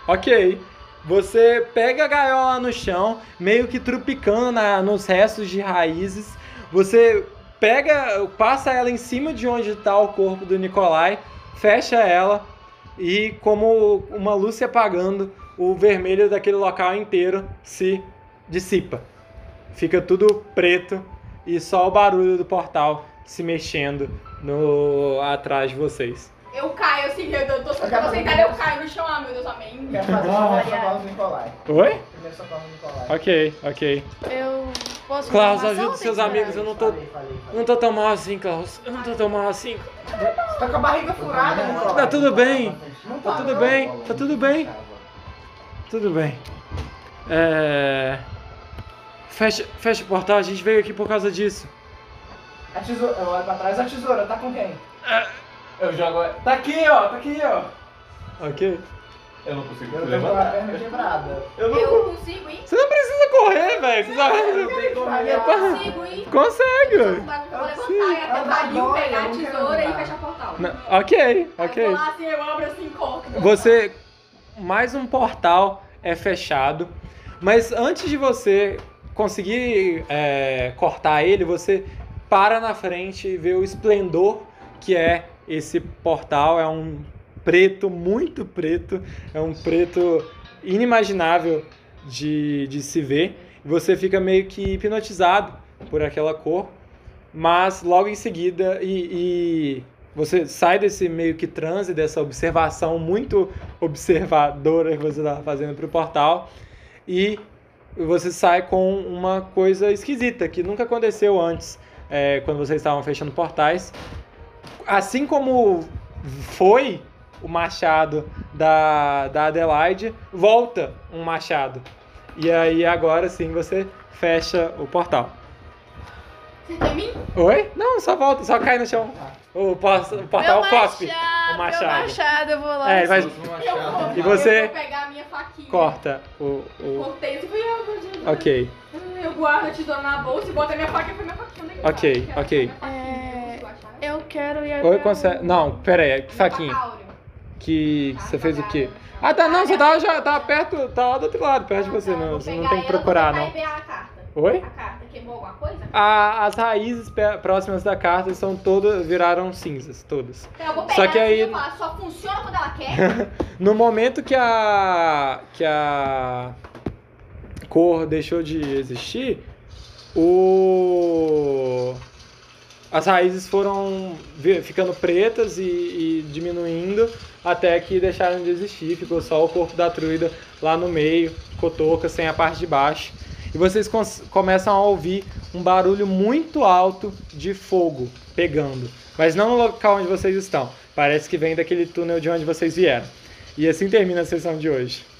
Ok. Você pega a gaiola no chão, meio que trupicando na- nos restos de raízes. Você pega, passa ela em cima de onde está o corpo do Nikolai, fecha ela e, como uma luz se apagando, o vermelho daquele local inteiro se dissipa. Fica tudo preto e só o barulho do portal se mexendo no atrás de vocês. Eu caio assim, eu tô, tô Acabou. sentada, eu caio no chão, ah, meu Deus, amém. Quero fazer o primeiro socorro do Nicolai. Oi? Primeiro socorro do Nicolai. Ok, ok. Eu posso Klaus, fazer uma ação ajuda ou os seus tem que amigos, eu parar? não tô. Falei, falei, falei. Não tô tão mal assim, Klaus. Eu não tô tão mal assim. Você tá com a barriga furada, Nicolai. Tá tudo bem. Não Tá tudo bem, tá tudo bem. Tudo bem. É. Fecha, fecha o portal, a gente veio aqui por causa disso. A tesoura, eu olho pra trás, a tesoura tá com quem? Eu jogo. Tá aqui, ó, tá aqui, ó. Ok. Eu não consigo Eu te tô com a levantar. perna quebrada. Eu consigo ir? Você não precisa correr, velho. Você só... Não tem como. É Eu consigo ir? Consegue. Eu vou Eu levantar e até o barril, Anda agora, pegar eu a não quero tesoura e andar. fechar o portal. Não, ok, ok. Eu vou lá assim, eu abro assim, corto. Você. Mais um portal é fechado. Mas antes de você conseguir é, cortar ele, você para na frente e vê o esplendor que é esse portal. É um preto, muito preto. É um preto inimaginável de, de se ver. Você fica meio que hipnotizado por aquela cor. Mas logo em seguida, e- e você sai desse meio que transe, dessa observação muito observadora que você estava fazendo para o portal, e você sai com uma coisa esquisita que nunca aconteceu antes, é, quando vocês estavam fechando portais. Assim como foi o machado da, da Adelaide, volta um machado. E aí agora sim você fecha o portal. Acertou em mim? Oi? Não, só volta, só cai no chão. O, pos- o portal Meu cospe. machado, o machado. Meu machado, eu vou lá. É, ele vai, Eu vou. E você- Eu vou pegar a minha faquinha. corta o, o- Cortei, tipo, e eu, meu Deus. Hum, Ok, Eu guardo a tesoura na bolsa e boto a minha faca pra minha faquinha. onde é que tá? Ok, Eu quero ok. minha faquinha, É, eu consigo achar? Eu quero ir até Oi, o- consegue. Não, pera aí, que faquinho. Que que você fez o quê? Ah, tá, não, você tava, já, tava perto, tá lá do outro Ah, lado, perto de você, não. Você não tem que procurar, não. A carta. Oi? Ah, A carta queimou alguma coisa? A- as raízes pe- próximas da carta são todas, viraram cinzas, todas. Então eu vou Só pegar que aí- assim e falar, só funciona quando ela quer. No momento que a. que a. cor deixou de existir, o. as raízes foram vi- ficando pretas e, e diminuindo até que deixaram de existir. Ficou só o corpo da truida lá no meio, cotoca, sem a parte de baixo. E vocês cons- começam a ouvir um barulho muito alto de fogo pegando. Mas não no local onde vocês estão. Parece que vem daquele túnel de onde vocês vieram. E assim termina a sessão de hoje.